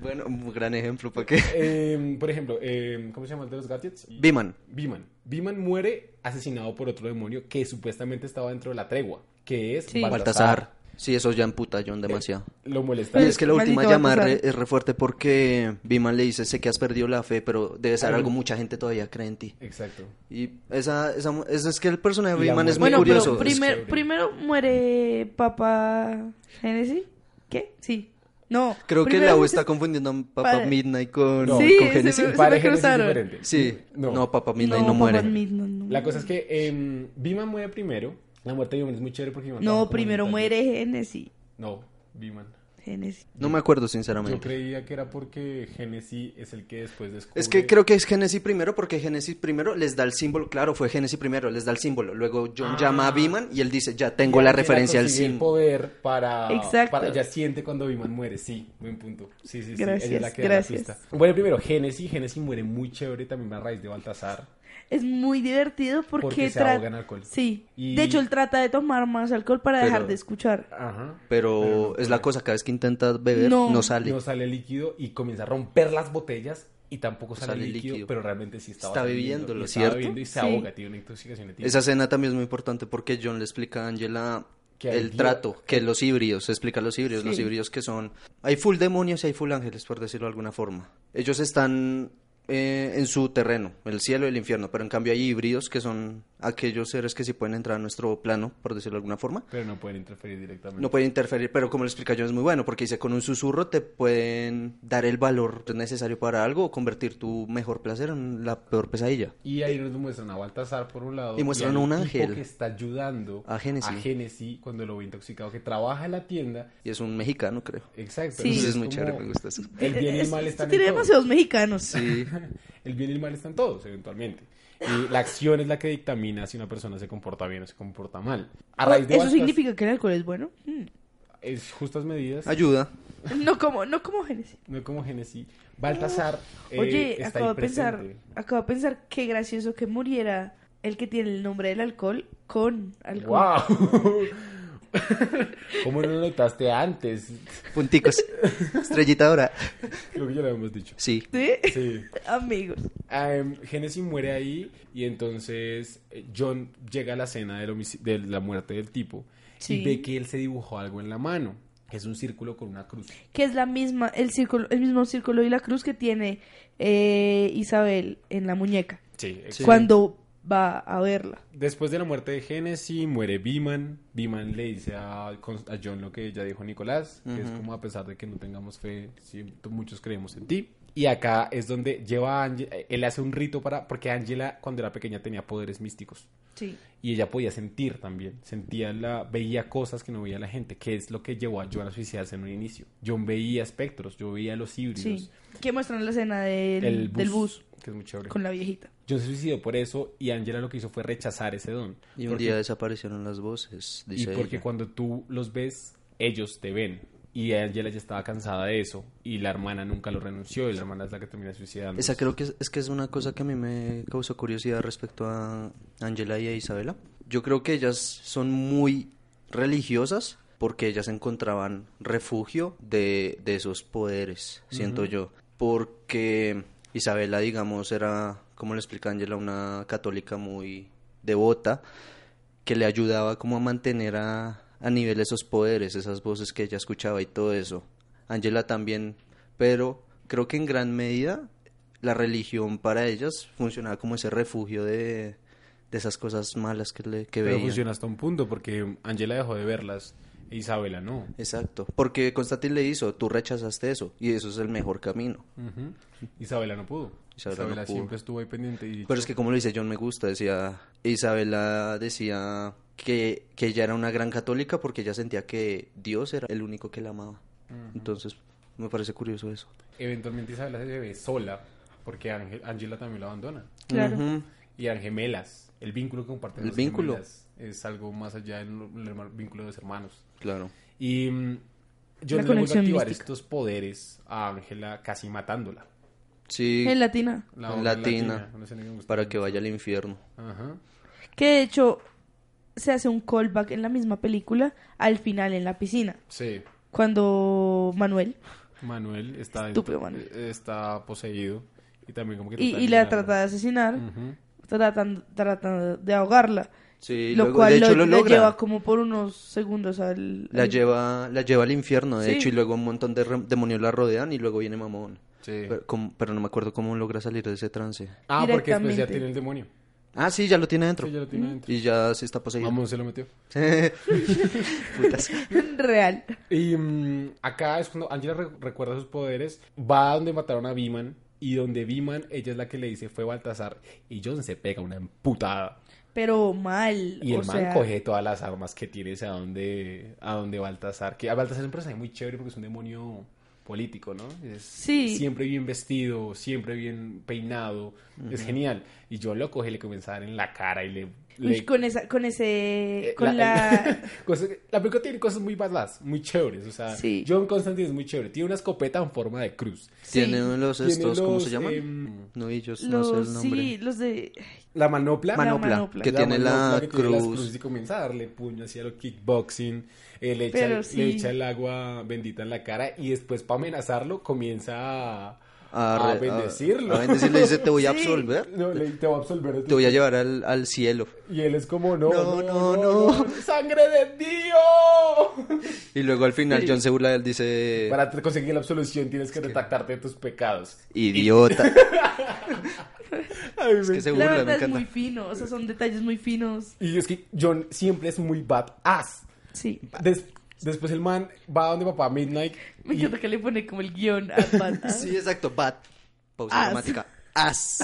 Speaker 2: Bueno, un gran ejemplo para que...
Speaker 1: [laughs] Eh, por ejemplo, eh, ¿cómo se llama el de los gadgets?
Speaker 2: [laughs] Biman.
Speaker 1: Biman. Biman muere asesinado por otro demonio que supuestamente estaba dentro de la tregua, que es
Speaker 3: Sí.
Speaker 2: Baltasar. Eh, pues, Sí, eso ya emputa a John demasiado.
Speaker 1: Lo molesta.
Speaker 2: Y es que la
Speaker 3: Maldito
Speaker 2: última llamada
Speaker 3: Baltasar.
Speaker 2: re- es re fuerte porque Biman le dice, sé que has perdido la fe, pero debe ser
Speaker 1: Algo.
Speaker 2: algo mucha gente todavía cree en ti.
Speaker 1: Exacto.
Speaker 2: Y esa, esa, esa- es que el personaje de
Speaker 1: Y la
Speaker 2: Biman es muy
Speaker 1: muerte.
Speaker 3: Bueno,
Speaker 2: curioso.
Speaker 3: pero primer-
Speaker 1: chévere.
Speaker 3: primero muere Papá Genesis. ¿Qué? Sí. No.
Speaker 2: Es- Creo que
Speaker 3: primero
Speaker 2: Lau
Speaker 3: muere-
Speaker 2: está confundiendo a Papa
Speaker 3: Padre.
Speaker 2: Midnight con,
Speaker 1: No.
Speaker 2: con
Speaker 3: Sí, ese
Speaker 2: Genesis.
Speaker 3: me-
Speaker 1: Padre Génesis
Speaker 3: cruzaron.
Speaker 1: es diferente.
Speaker 2: Sí,
Speaker 1: No.
Speaker 2: no, Papa Midnight no,
Speaker 3: Papa
Speaker 2: muere.
Speaker 3: Midnight no
Speaker 1: La
Speaker 3: muere.
Speaker 1: cosa es que em, Biman muere primero. La muerte de Biman es muy chévere porque Biman estaba
Speaker 3: No,
Speaker 1: como en
Speaker 3: primero
Speaker 1: un taller.
Speaker 3: muere Genesis.
Speaker 1: No, Biman.
Speaker 3: Génesis.
Speaker 2: No me acuerdo,
Speaker 1: Yo
Speaker 2: sinceramente.
Speaker 1: creía que era porque Genesis es el que después descubre.
Speaker 2: Es que creo que es Génesis primero, porque Génesis primero les da el símbolo. Claro, fue Génesis primero, les da el símbolo. Luego John llama a Beeman y él dice, ya tengo la
Speaker 1: Ella
Speaker 2: referencia al
Speaker 1: consigue el
Speaker 2: símbolo.
Speaker 1: poder para,
Speaker 3: Exacto.
Speaker 1: para- Ella siente cuando Viman muere, sí, buen punto. Sí, sí, sí.
Speaker 3: Gracias,
Speaker 1: ella es la que da la
Speaker 3: gracias.
Speaker 1: pista. Bueno, primero, Génesis. Génesis muere muy chévere también a raíz de Baltasar.
Speaker 3: Es muy divertido porque,
Speaker 1: Porque se
Speaker 3: tra-
Speaker 1: ahoga en alcohol.
Speaker 3: Sí.
Speaker 1: Y-
Speaker 3: De hecho, él trata de tomar más alcohol para
Speaker 2: Pero-
Speaker 3: dejar de escuchar.
Speaker 1: Ajá.
Speaker 2: Pero es la cosa, cada vez que intenta beber,
Speaker 3: No.
Speaker 2: no, sale.
Speaker 1: No sale líquido y comienza a romper las botellas y tampoco sale,
Speaker 2: Sale
Speaker 1: líquido,
Speaker 2: líquido.
Speaker 1: pero realmente sí estaba
Speaker 2: Está
Speaker 1: saliendo,
Speaker 2: bebiéndolo,
Speaker 1: y estaba
Speaker 2: ¿cierto?
Speaker 1: bebiendo y se
Speaker 3: Sí.
Speaker 1: ahoga, tiene una intoxicación etílica.
Speaker 2: Esa escena también es muy importante porque John le explica a Angela
Speaker 1: Que hay
Speaker 2: el
Speaker 1: dios-
Speaker 2: trato, que los híbridos, se explica los híbridos, los
Speaker 3: Sí.
Speaker 2: híbridos que son... Hay full demonios y hay full ángeles, por decirlo de alguna forma. Ellos están eh, en su terreno, el cielo y el infierno, pero en cambio hay híbridos que son aquellos seres que sí pueden entrar a nuestro plano, por decirlo de alguna forma.
Speaker 1: Pero no pueden interferir directamente.
Speaker 2: No pueden interferir, pero como lo explica John es muy bueno, porque dice, con un susurro te pueden dar el valor necesario para algo o convertir tu mejor placer en la peor pesadilla.
Speaker 1: Y ahí nos muestran a Baltasar por un lado.
Speaker 2: Y muestran
Speaker 1: al
Speaker 2: a un
Speaker 1: tipo
Speaker 2: ángel.
Speaker 1: que está ayudando
Speaker 2: A Génesis.
Speaker 1: Génesis cuando lo ve intoxicado, que trabaja en la tienda.
Speaker 2: Y es un mexicano, creo.
Speaker 1: Exacto.
Speaker 2: Entonces
Speaker 3: Sí.
Speaker 1: entonces
Speaker 2: es muy
Speaker 1: como
Speaker 2: chévere, me gusta eso.
Speaker 1: El bien y el
Speaker 3: Es-
Speaker 1: mal
Speaker 3: esto
Speaker 1: están en
Speaker 3: tiene
Speaker 1: todo.
Speaker 3: demasiados mexicanos.
Speaker 2: Sí.
Speaker 1: El bien y el mal están todos, eventualmente. Y la acción es la que dictamina si una persona se comporta bien o se comporta mal. A raíz de
Speaker 3: ¿Eso
Speaker 1: Baltas-
Speaker 3: significa que el alcohol es bueno? Mm.
Speaker 1: Es justas medidas.
Speaker 2: Ayuda.
Speaker 3: [laughs] No como, no como Génesis.
Speaker 1: No como Génesis. Baltasar eh,
Speaker 3: Oye,
Speaker 1: está
Speaker 3: acabo
Speaker 1: ahí
Speaker 3: de pensar,
Speaker 1: presente.
Speaker 3: acabo de pensar qué gracioso que muriera el que tiene el nombre del alcohol con alcohol.
Speaker 1: ¡Wow! [laughs] ¿Cómo no lo notaste antes?
Speaker 2: Punticos. Estrellita ahora.
Speaker 1: Creo que ya lo habíamos dicho.
Speaker 2: Sí.
Speaker 3: ¿Sí? [laughs]
Speaker 1: Sí.
Speaker 3: Amigos.
Speaker 1: Em, Genesis muere ahí y entonces eh, John llega a la escena del homici- de la muerte del tipo
Speaker 3: Sí.
Speaker 1: y ve que él se dibujó algo en la mano. Es un círculo con una cruz.
Speaker 3: Que es la misma, el círculo, el mismo círculo y la cruz que tiene eh, Isabel en la muñeca.
Speaker 1: Sí,
Speaker 3: Cuando va a verla.
Speaker 1: Después de la muerte de Genesis, muere Biman. Biman le dice a, Cons- a John lo que ya dijo Nicolás, que es como a pesar de que no tengamos fe, sí, t- muchos creemos en ti. Y acá es donde lleva a Ángela, él hace un rito para, porque Ángela cuando era pequeña tenía poderes místicos.
Speaker 3: Sí.
Speaker 1: Y ella podía sentir también, sentía la, veía cosas que no veía la gente, que es lo que llevó a John a suicidarse en un inicio. John veía espectros, yo veía los híbridos,
Speaker 3: Sí. Que muestran la escena del,
Speaker 1: el bus,
Speaker 3: del bus
Speaker 1: que es muy chévere.
Speaker 3: con la viejita.
Speaker 1: John se suicidó por eso y Angela lo que hizo fue rechazar ese don.
Speaker 2: Y un
Speaker 1: Porque-
Speaker 2: día desaparecieron las voces,
Speaker 1: Y
Speaker 2: dice
Speaker 1: porque
Speaker 2: ella.
Speaker 1: cuando tú los ves, ellos te ven. Y Angela ya estaba cansada de eso. Y la hermana nunca lo renunció. Y la hermana es la que termina suicidando.
Speaker 2: Esa creo que es, es que es una cosa que a mí me causó curiosidad respecto a Angela y a Isabela. Yo creo que ellas son muy religiosas porque ellas encontraban refugio de, de esos poderes, siento yo. Porque Isabela, digamos, era, como le explica Angela, una católica muy devota que le ayudaba como a mantener a, a nivel esos poderes, esas voces que ella escuchaba y todo eso. Angela también, pero creo que en gran medida la religión para ellas funcionaba como ese refugio de, de esas cosas malas que, le, que
Speaker 1: Pero
Speaker 2: veían.
Speaker 1: funciona hasta un punto porque Angela dejó de verlas. E Isabela no.
Speaker 2: Exacto, porque Constantin le hizo, tú rechazaste eso y eso es el mejor camino.
Speaker 1: Ujú. Isabela no pudo.
Speaker 2: Isabela
Speaker 1: Isabela,
Speaker 2: no pudo.
Speaker 1: siempre estuvo ahí pendiente. Y
Speaker 2: Pero es que como lo dice John me gusta, decía Isabela decía que, que ella era una gran católica porque ella sentía que Dios era el único que la amaba. Entonces, me parece curioso eso.
Speaker 1: eventualmente Isabela se ve sola porque Ángel- Angela también la abandona.
Speaker 3: Claro.
Speaker 2: Ujú.
Speaker 1: Y eran gemelas. El vínculo que comparten
Speaker 2: El
Speaker 1: las
Speaker 2: vínculo.
Speaker 1: gemelas es algo más allá del herma- vínculo de los hermanos.
Speaker 2: Claro.
Speaker 1: Y mm, yo
Speaker 3: La
Speaker 1: le vuelvo a
Speaker 3: conexión
Speaker 1: activar
Speaker 3: mística.
Speaker 1: estos poderes a Ángela casi matándola.
Speaker 2: Sí,
Speaker 3: En latina.
Speaker 1: La
Speaker 2: En
Speaker 1: obra
Speaker 2: latina,
Speaker 1: una escena que me gusta
Speaker 2: para
Speaker 1: mucho.
Speaker 2: que vaya al infierno.
Speaker 1: Ajá.
Speaker 3: Que de hecho se hace un callback en la misma película al final en la piscina.
Speaker 1: Sí.
Speaker 3: Cuando Manuel
Speaker 1: Manuel está,
Speaker 3: Estúpido Manuel.
Speaker 1: eh, está poseído. Y también como que
Speaker 3: y,
Speaker 1: trata de
Speaker 3: y la
Speaker 1: ayudarla.
Speaker 3: trata de asesinar,
Speaker 1: Ujú.
Speaker 3: tratando, tratando de ahogarla.
Speaker 2: Sí,
Speaker 3: lo
Speaker 2: luego,
Speaker 3: cual
Speaker 2: de hecho
Speaker 3: lo,
Speaker 2: lo
Speaker 3: la
Speaker 2: logra.
Speaker 3: lleva como por unos segundos al...
Speaker 2: La
Speaker 3: al-
Speaker 2: lleva, la lleva al infierno, de
Speaker 3: Sí.
Speaker 2: hecho, y luego un montón de rem- demonios la rodean y luego viene Mamón.
Speaker 1: Sí.
Speaker 2: Pero, como- pero no me acuerdo cómo logra salir de ese trance.
Speaker 1: Ah, porque después ya
Speaker 3: Directamente.
Speaker 1: tiene el demonio.
Speaker 2: Ah, sí, ya lo tiene dentro.
Speaker 1: Sí, ya lo tiene adentro.
Speaker 2: Y ya sí está poseído.
Speaker 1: Mamón se lo metió.
Speaker 2: Putas.
Speaker 3: [laughs] Real.
Speaker 1: Y mm, acá es cuando Angela re- recuerda sus poderes. Va a donde mataron a Biman. Y donde Biman, ella es la que le dice fue Baltasar. Y John se pega una emputada.
Speaker 3: pero mal.
Speaker 1: Y
Speaker 3: o
Speaker 1: el man
Speaker 3: sea,
Speaker 1: coge todas las armas que tienes a donde, a donde Baltasar. Que a Baltasar es un personaje muy chévere porque es un demonio político, ¿no? Es
Speaker 3: Sí.
Speaker 1: siempre bien vestido, siempre bien peinado. Es genial. Y yo lo coge y le comienza a dar en la cara y le.
Speaker 3: uy,
Speaker 1: le-
Speaker 3: con esa, con ese,
Speaker 1: eh, [laughs]
Speaker 3: con la,
Speaker 1: cosa que- la película tiene cosas muy badass, muy chéveres. O sea,
Speaker 3: Sí.
Speaker 1: John Constantine es muy chévere. Tiene una escopeta en forma de cruz.
Speaker 2: Tiene
Speaker 3: sí,
Speaker 2: los
Speaker 1: Tiene
Speaker 2: estos, ¿cómo se
Speaker 1: los,
Speaker 2: llaman?
Speaker 1: em,
Speaker 2: Novillos, [laughs] no
Speaker 3: [laughs] los,
Speaker 2: sé el nombre.
Speaker 3: sí, los de,
Speaker 1: La manopla.
Speaker 3: Mano-
Speaker 2: manopla,
Speaker 3: manopla.
Speaker 2: que
Speaker 1: La
Speaker 2: tiene
Speaker 1: manopla
Speaker 2: la
Speaker 1: que tiene las
Speaker 2: cruz.
Speaker 1: y comienza a darle puño hacia lo kickboxing, eh, le, echa,
Speaker 3: Pero
Speaker 1: le
Speaker 3: sí.
Speaker 1: echa el agua bendita en la cara y después para amenazarlo comienza a, a
Speaker 2: A, Ah, re- a-
Speaker 1: bendecirlo.
Speaker 2: a bendecirle, dice, te voy a
Speaker 3: [laughs] Sí.
Speaker 2: absolver,
Speaker 1: [laughs] No, le- te va a absolver de tu-
Speaker 2: te voy a llevar al, al cielo.
Speaker 1: Y él es como, no,
Speaker 2: No,
Speaker 1: no, no,
Speaker 2: no, no.
Speaker 1: no, sangre de Dios. [laughs]
Speaker 2: Y luego al final John se burla de él, dice,
Speaker 1: Para te- conseguir la absolución tienes que retractarte de tus pecados.
Speaker 2: idiota.
Speaker 1: [laughs] Ay, me-
Speaker 2: que se
Speaker 3: la
Speaker 2: burla, me
Speaker 3: verdad es
Speaker 2: encanta.
Speaker 3: muy fino, o sea, son detalles muy finos,
Speaker 1: Y es que John siempre es muy badass.
Speaker 3: sí.
Speaker 1: Des- después el man va a donde papá Midnight
Speaker 3: Me encanta que le pone como el guión
Speaker 1: [laughs]
Speaker 3: a Batman.
Speaker 2: Sí, exacto, bat. Pausa
Speaker 3: As.
Speaker 2: dramática. As.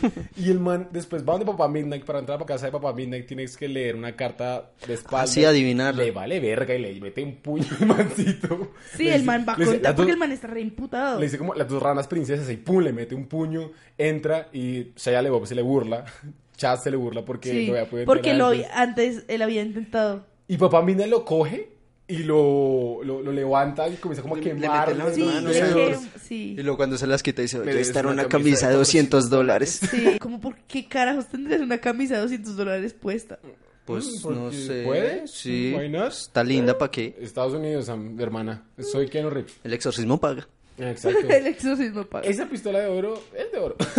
Speaker 1: [laughs] Y el man después va donde papá Midnight para entrar a casa de papá Midnight tienes que leer una carta de espalda.
Speaker 2: Ah, sí, adivinarla.
Speaker 1: Le vale verga y le mete un puño al mancito.
Speaker 3: Sí,
Speaker 1: Le
Speaker 3: el
Speaker 1: dice-
Speaker 3: man va a
Speaker 1: le dice,
Speaker 3: contar,
Speaker 1: "Las dos-
Speaker 3: porque el man está reimputado.
Speaker 1: Le dice como las dos ranas princesas y pum, le mete un puño, entra y Shia LeBob se le burla. [laughs] Chaz se le burla porque
Speaker 3: Sí,
Speaker 1: lo había podido
Speaker 3: porque
Speaker 1: entrenar
Speaker 3: lo,
Speaker 1: antes.
Speaker 3: antes él había intentado.
Speaker 1: Y papá Midnight lo coge y lo, lo, lo levanta y comienza como a
Speaker 2: Le- le mete
Speaker 1: quemar.
Speaker 2: las
Speaker 3: Sí,
Speaker 2: manos,
Speaker 3: le
Speaker 2: o sea,
Speaker 3: quem- sí.
Speaker 2: Y luego cuando se las quita dice,
Speaker 1: Me
Speaker 2: oye,
Speaker 1: debes
Speaker 2: esta era
Speaker 1: una
Speaker 2: una
Speaker 1: camisa
Speaker 2: camisa
Speaker 1: de
Speaker 2: de 200 dólares. [laughs]
Speaker 3: Sí, como por qué carajos tendrías una camisa de 200 dólares puesta.
Speaker 2: Pues
Speaker 1: Porque
Speaker 2: no sé.
Speaker 1: puede,
Speaker 2: Sí.
Speaker 1: why not?
Speaker 2: Está linda, ¿para qué?
Speaker 1: Estados Unidos, am- hermana. Soy Keanu Reeves.
Speaker 2: El exorcismo paga.
Speaker 1: Exacto. [laughs]
Speaker 3: [laughs] El exorcismo paga. [laughs]
Speaker 1: Esa pistola de oro es de oro. [laughs]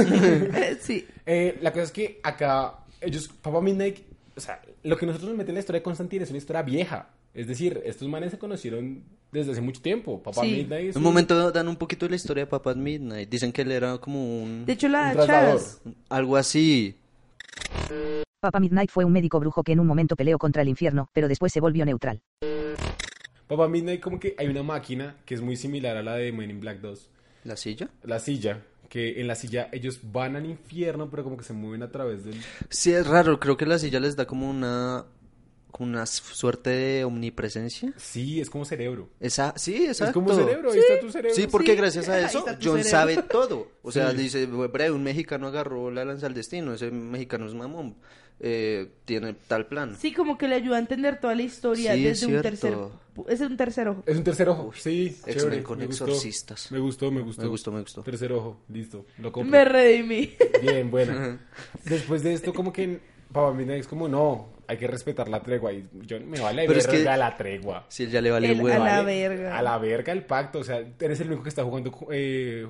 Speaker 3: Eh, Sí,
Speaker 1: Eh, la cosa es que acá, ellos, Papa Midnight, o sea, lo que nosotros nos meten en la historia de Constantine es una historia vieja. Es decir, estos manes se conocieron desde hace mucho tiempo. Papa
Speaker 3: Sí.
Speaker 1: Midnight. es
Speaker 2: En un momento dan un poquito de la historia de Papá Midnight. Dicen que él era como un...
Speaker 3: de hecho la
Speaker 1: Un traslador.
Speaker 3: Chaz,
Speaker 2: Algo así.
Speaker 4: Papa Midnight fue un médico brujo que en un momento peleó contra el infierno, pero después se volvió neutral.
Speaker 1: Papa Midnight, como que hay una máquina que es muy similar a la de Men in Black 2.
Speaker 2: ¿La silla?
Speaker 1: La silla. Que en la silla ellos van al infierno, pero como que se mueven a través del.
Speaker 2: Sí, es raro. Creo que la silla les da como una... Como una suerte de omnipresencia.
Speaker 1: Sí, es como cerebro.
Speaker 2: Esa... Sí, exacto.
Speaker 1: Es como cerebro, ahí está tu cerebro.
Speaker 2: Sí, porque
Speaker 3: Sí,
Speaker 2: gracias a
Speaker 3: ahí
Speaker 2: eso
Speaker 3: está tu
Speaker 2: John
Speaker 3: cerebro.
Speaker 2: sabe todo. O sea,
Speaker 1: Sí.
Speaker 2: dice, breve, un mexicano agarró la lanza al destino, ese mexicano es mamón, eh, tiene tal plan.
Speaker 3: sí, como que le ayuda a entender toda la historia
Speaker 2: Sí, es
Speaker 3: desde un
Speaker 2: cierto.
Speaker 3: tercer, es un tercer ojo.
Speaker 1: Es un tercer ojo.
Speaker 2: Uy,
Speaker 1: sí,
Speaker 2: X-Men
Speaker 1: chévere.
Speaker 2: con
Speaker 1: me gustó.
Speaker 2: exorcistas.
Speaker 1: Me gustó, me gustó.
Speaker 2: Me gustó, me gustó.
Speaker 1: Tercer ojo, listo. Lo compro.
Speaker 3: Me redimí. [laughs]
Speaker 1: Bien, bueno. Después de esto, como que Papá Midnight es como, no, hay que respetar la tregua. Y yo me vale
Speaker 2: Pero
Speaker 1: verga
Speaker 2: es que-
Speaker 1: la tregua.
Speaker 2: Si él ya le vale
Speaker 3: El-
Speaker 2: huevo.
Speaker 3: a la
Speaker 1: Vale,
Speaker 3: verga.
Speaker 1: A la verga el pacto. O sea, eres el único que está jugando eh,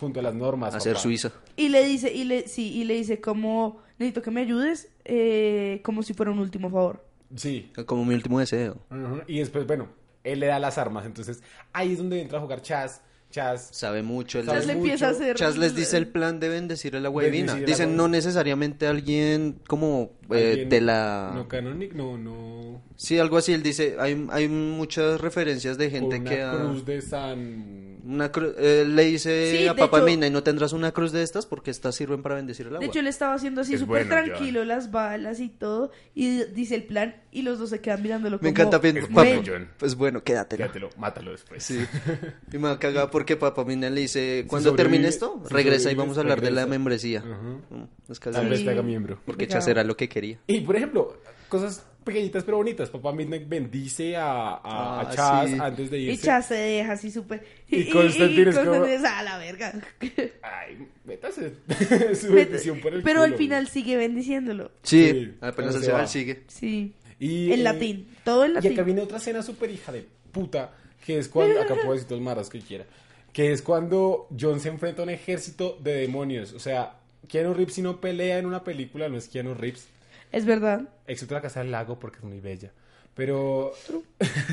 Speaker 1: junto a las normas.
Speaker 2: A ser
Speaker 1: papá.
Speaker 2: suiza.
Speaker 3: Y le dice, y le, sí, y le dice como, necesito que me ayudes, eh, como si fuera un último favor.
Speaker 1: Sí.
Speaker 2: Como mi último deseo.
Speaker 1: Ujú. Y después, bueno, él le da las armas. Entonces, ahí es donde entra a jugar Chaz. Chaz.
Speaker 2: Sabe mucho. él
Speaker 1: Sabe
Speaker 3: Chas
Speaker 2: les-
Speaker 3: le
Speaker 1: mucho.
Speaker 3: empieza a hacer...
Speaker 2: Chas les dice el plan de bendecir a la huevina.
Speaker 1: Bendecir a la
Speaker 2: Dicen
Speaker 1: huevina.
Speaker 2: no necesariamente alguien como eh,
Speaker 1: Alguien-
Speaker 2: de la...
Speaker 1: No canónico, no, no.
Speaker 2: Sí, algo así. Él dice, hay, hay muchas referencias de gente
Speaker 1: con una
Speaker 2: que ah, ha...
Speaker 1: cruz de San.
Speaker 2: Una cru- eh, le dice
Speaker 3: Sí,
Speaker 2: a
Speaker 3: de
Speaker 2: papá
Speaker 3: hecho-
Speaker 2: Mina, ¿y no tendrás una cruz de estas? Porque estas sirven para bendecir el agua.
Speaker 3: De hecho, él estaba haciendo así
Speaker 1: Es
Speaker 3: súper
Speaker 1: bueno,
Speaker 3: tranquilo las balas y todo. Y dice el plan, y los dos se quedan mirándolo
Speaker 2: Me
Speaker 3: como...
Speaker 2: encanta Pin-
Speaker 1: Es
Speaker 2: papá-
Speaker 1: bueno, John.
Speaker 2: Pues bueno, quédatela.
Speaker 1: Quédatelo, mátalo después. [laughs]
Speaker 2: Sí. Y me ha cagado porque papá Mina le dice, cuando
Speaker 1: sobrevive-
Speaker 2: termine esto,
Speaker 1: si
Speaker 2: regresa y
Speaker 1: sobrevives,
Speaker 2: vamos a hablar de la
Speaker 1: regresa".
Speaker 2: membresía.
Speaker 1: Ujú.
Speaker 2: Mm, es que
Speaker 1: Tal
Speaker 2: así-
Speaker 1: vez te haga miembro.
Speaker 2: Porque Chas era lo que quería.
Speaker 1: Y por ejemplo, cosas pequeñitas pero bonitas. Papá Midnight bendice a, a,
Speaker 2: Ah,
Speaker 1: a Chaz
Speaker 2: sí.
Speaker 1: antes de
Speaker 3: Y
Speaker 1: irse.
Speaker 3: Chas se deja así súper...
Speaker 1: Y Constantine es como-
Speaker 3: Constantine es, "Ah, la verga.
Speaker 1: [laughs] Ay, métase [laughs] su bendición por el
Speaker 3: Pero al
Speaker 1: culo,
Speaker 3: final sigue bendiciéndolo.
Speaker 2: Sí,
Speaker 1: Sí,
Speaker 2: apenas
Speaker 1: pero
Speaker 2: él
Speaker 1: se
Speaker 2: se va,
Speaker 1: va.
Speaker 2: él sigue.
Speaker 3: Sí.
Speaker 1: güey. Y,
Speaker 3: En
Speaker 1: eh,
Speaker 3: latín. Todo en
Speaker 1: Y acá
Speaker 3: latín.
Speaker 1: viene otra escena súper hija de puta, que es cuando... acá puedo decir todos maras que quiera. Que es cuando John se enfrenta a un ejército de demonios. O sea, Keanu Reeves si no pelea en una película no es Keanu Reeves.
Speaker 3: Es verdad.
Speaker 1: Excepto la Casa del Lago porque es muy bella. Pero...
Speaker 3: [laughs]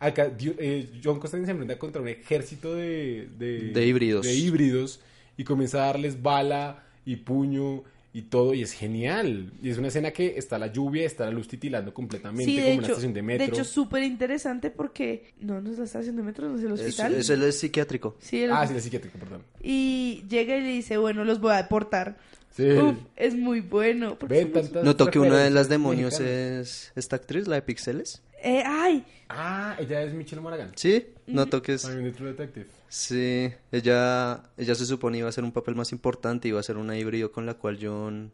Speaker 1: Acá Diu- eh, John Constantine se enfrenta contra un ejército de,
Speaker 2: De híbridos.
Speaker 1: de híbridos y comienza a darles bala y puño y todo, y es genial. Y es una escena que está la lluvia, está la luz titilando completamente,
Speaker 3: Sí,
Speaker 1: como
Speaker 3: de
Speaker 1: una
Speaker 3: hecho,
Speaker 1: estación de metro.
Speaker 3: de hecho, súper interesante porque no, no es la estación de metro, no es el
Speaker 2: Es,
Speaker 3: hospital.
Speaker 2: es el psiquiátrico.
Speaker 3: Sí, el-
Speaker 1: Ah, sí, la psiquiátrica, perdón.
Speaker 3: Y llega y le dice, bueno, los voy a deportar.
Speaker 1: Sí.
Speaker 3: Uf, es muy bueno. porque
Speaker 1: Ven
Speaker 3: somos-
Speaker 1: tantas
Speaker 2: Noto que una de
Speaker 1: referencias
Speaker 2: las demonios
Speaker 1: mexicanas.
Speaker 2: es esta actriz, la de Pixeles.
Speaker 3: Eh, ay,
Speaker 1: Ah, ella es Michelle Morgan.
Speaker 2: Sí, noto que es...
Speaker 1: También de True Detective.
Speaker 2: Sí, ella, ella se supone iba a ser un papel más importante, iba a ser una híbrido con la cual John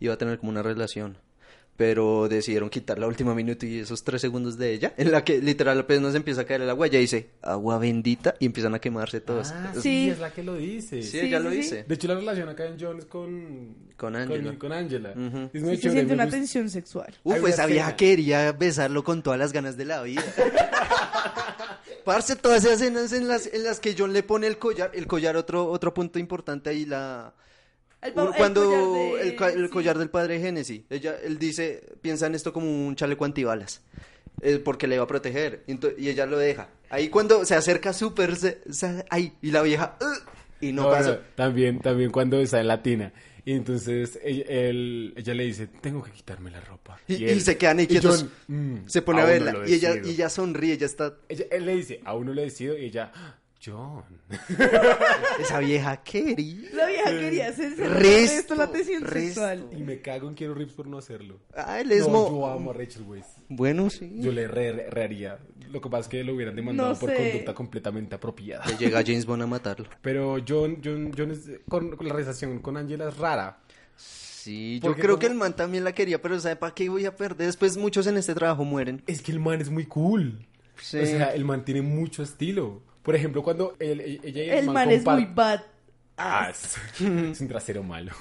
Speaker 2: iba a tener como una relación. Pero decidieron quitar la última minuto y esos tres segundos de ella, en la que literal apenas empieza a caer el agua, ella dice agua bendita y empiezan a quemarse todos.
Speaker 1: Ah, sí.
Speaker 2: Es-
Speaker 3: Sí.
Speaker 1: es la que lo dice.
Speaker 2: sí, ella
Speaker 3: sí,
Speaker 2: lo
Speaker 3: sí.
Speaker 2: dice.
Speaker 1: De hecho, la relación acá en Jones con...
Speaker 2: Con Angela.
Speaker 1: Con, con Angela.
Speaker 2: Ujú.
Speaker 1: Es
Speaker 3: sí
Speaker 1: muy
Speaker 3: se
Speaker 1: chévere,
Speaker 3: siente
Speaker 1: me
Speaker 3: una
Speaker 1: gusta.
Speaker 3: tensión sexual.
Speaker 1: Hay
Speaker 2: Uf,
Speaker 1: una
Speaker 2: esa vieja
Speaker 1: escena.
Speaker 2: quería besarlo con todas las ganas de la
Speaker 3: [laughs]
Speaker 2: vida. Parce, todas esas escenas en las, en las que John le pone el collar, el collar otro, otro punto importante ahí, la,
Speaker 3: El pa-
Speaker 2: Un-
Speaker 3: el
Speaker 2: cuando
Speaker 3: collar de-
Speaker 2: el, ca- el
Speaker 3: sí.
Speaker 2: collar del padre Génesis, ella, él dice, piensa en esto como un chaleco antibalas, eh, porque le va a proteger, Ento- y ella lo deja. Ahí cuando se acerca súper, se- se- ahí, y la vieja, "Ugh", y no,
Speaker 1: No,
Speaker 2: pasa.
Speaker 1: no, también, también cuando está en latina. Y entonces ella, él- ella le dice, tengo que quitarme la ropa.
Speaker 2: Y, y
Speaker 1: él-
Speaker 2: se quedan ahí quietos,
Speaker 1: John, "Mm,
Speaker 2: se pone a
Speaker 1: aún no
Speaker 2: verla,
Speaker 1: lo
Speaker 2: y ella,
Speaker 1: decido".
Speaker 2: y ella sonríe, ella está,
Speaker 1: Ella- él le dice, aún no lo decido, y ella, "Ah, John. [laughs]
Speaker 2: esa vieja querida.
Speaker 3: La vieja quería hacerse
Speaker 2: Resto,
Speaker 3: esto, la tensión
Speaker 2: resto.
Speaker 3: sexual.
Speaker 1: Y me cago en Quiero Rips por no hacerlo.
Speaker 2: Ah, él
Speaker 1: No,
Speaker 2: es mo-
Speaker 1: yo amo a Rachel Weisz.
Speaker 2: Bueno, sí.
Speaker 1: Yo le re, re- re haría. Lo que pasa es que lo hubieran demandado
Speaker 3: No
Speaker 1: por
Speaker 3: sé.
Speaker 1: conducta completamente apropiada.
Speaker 2: Que llega James Bond a matarlo.
Speaker 1: Pero John, John, John es- con, con la relación con Angela es rara.
Speaker 2: Sí, yo
Speaker 1: Porque
Speaker 2: creo
Speaker 1: como-
Speaker 2: que el man también la quería, pero ¿sabe para qué voy a perder? Después muchos en este trabajo mueren.
Speaker 1: Es que el man es muy cool.
Speaker 2: Sí.
Speaker 1: O sea, el man tiene mucho estilo. Por ejemplo, cuando él- e- ella y el,
Speaker 3: El man es
Speaker 1: compar-
Speaker 3: muy bad.
Speaker 1: Ah, es es un trasero malo.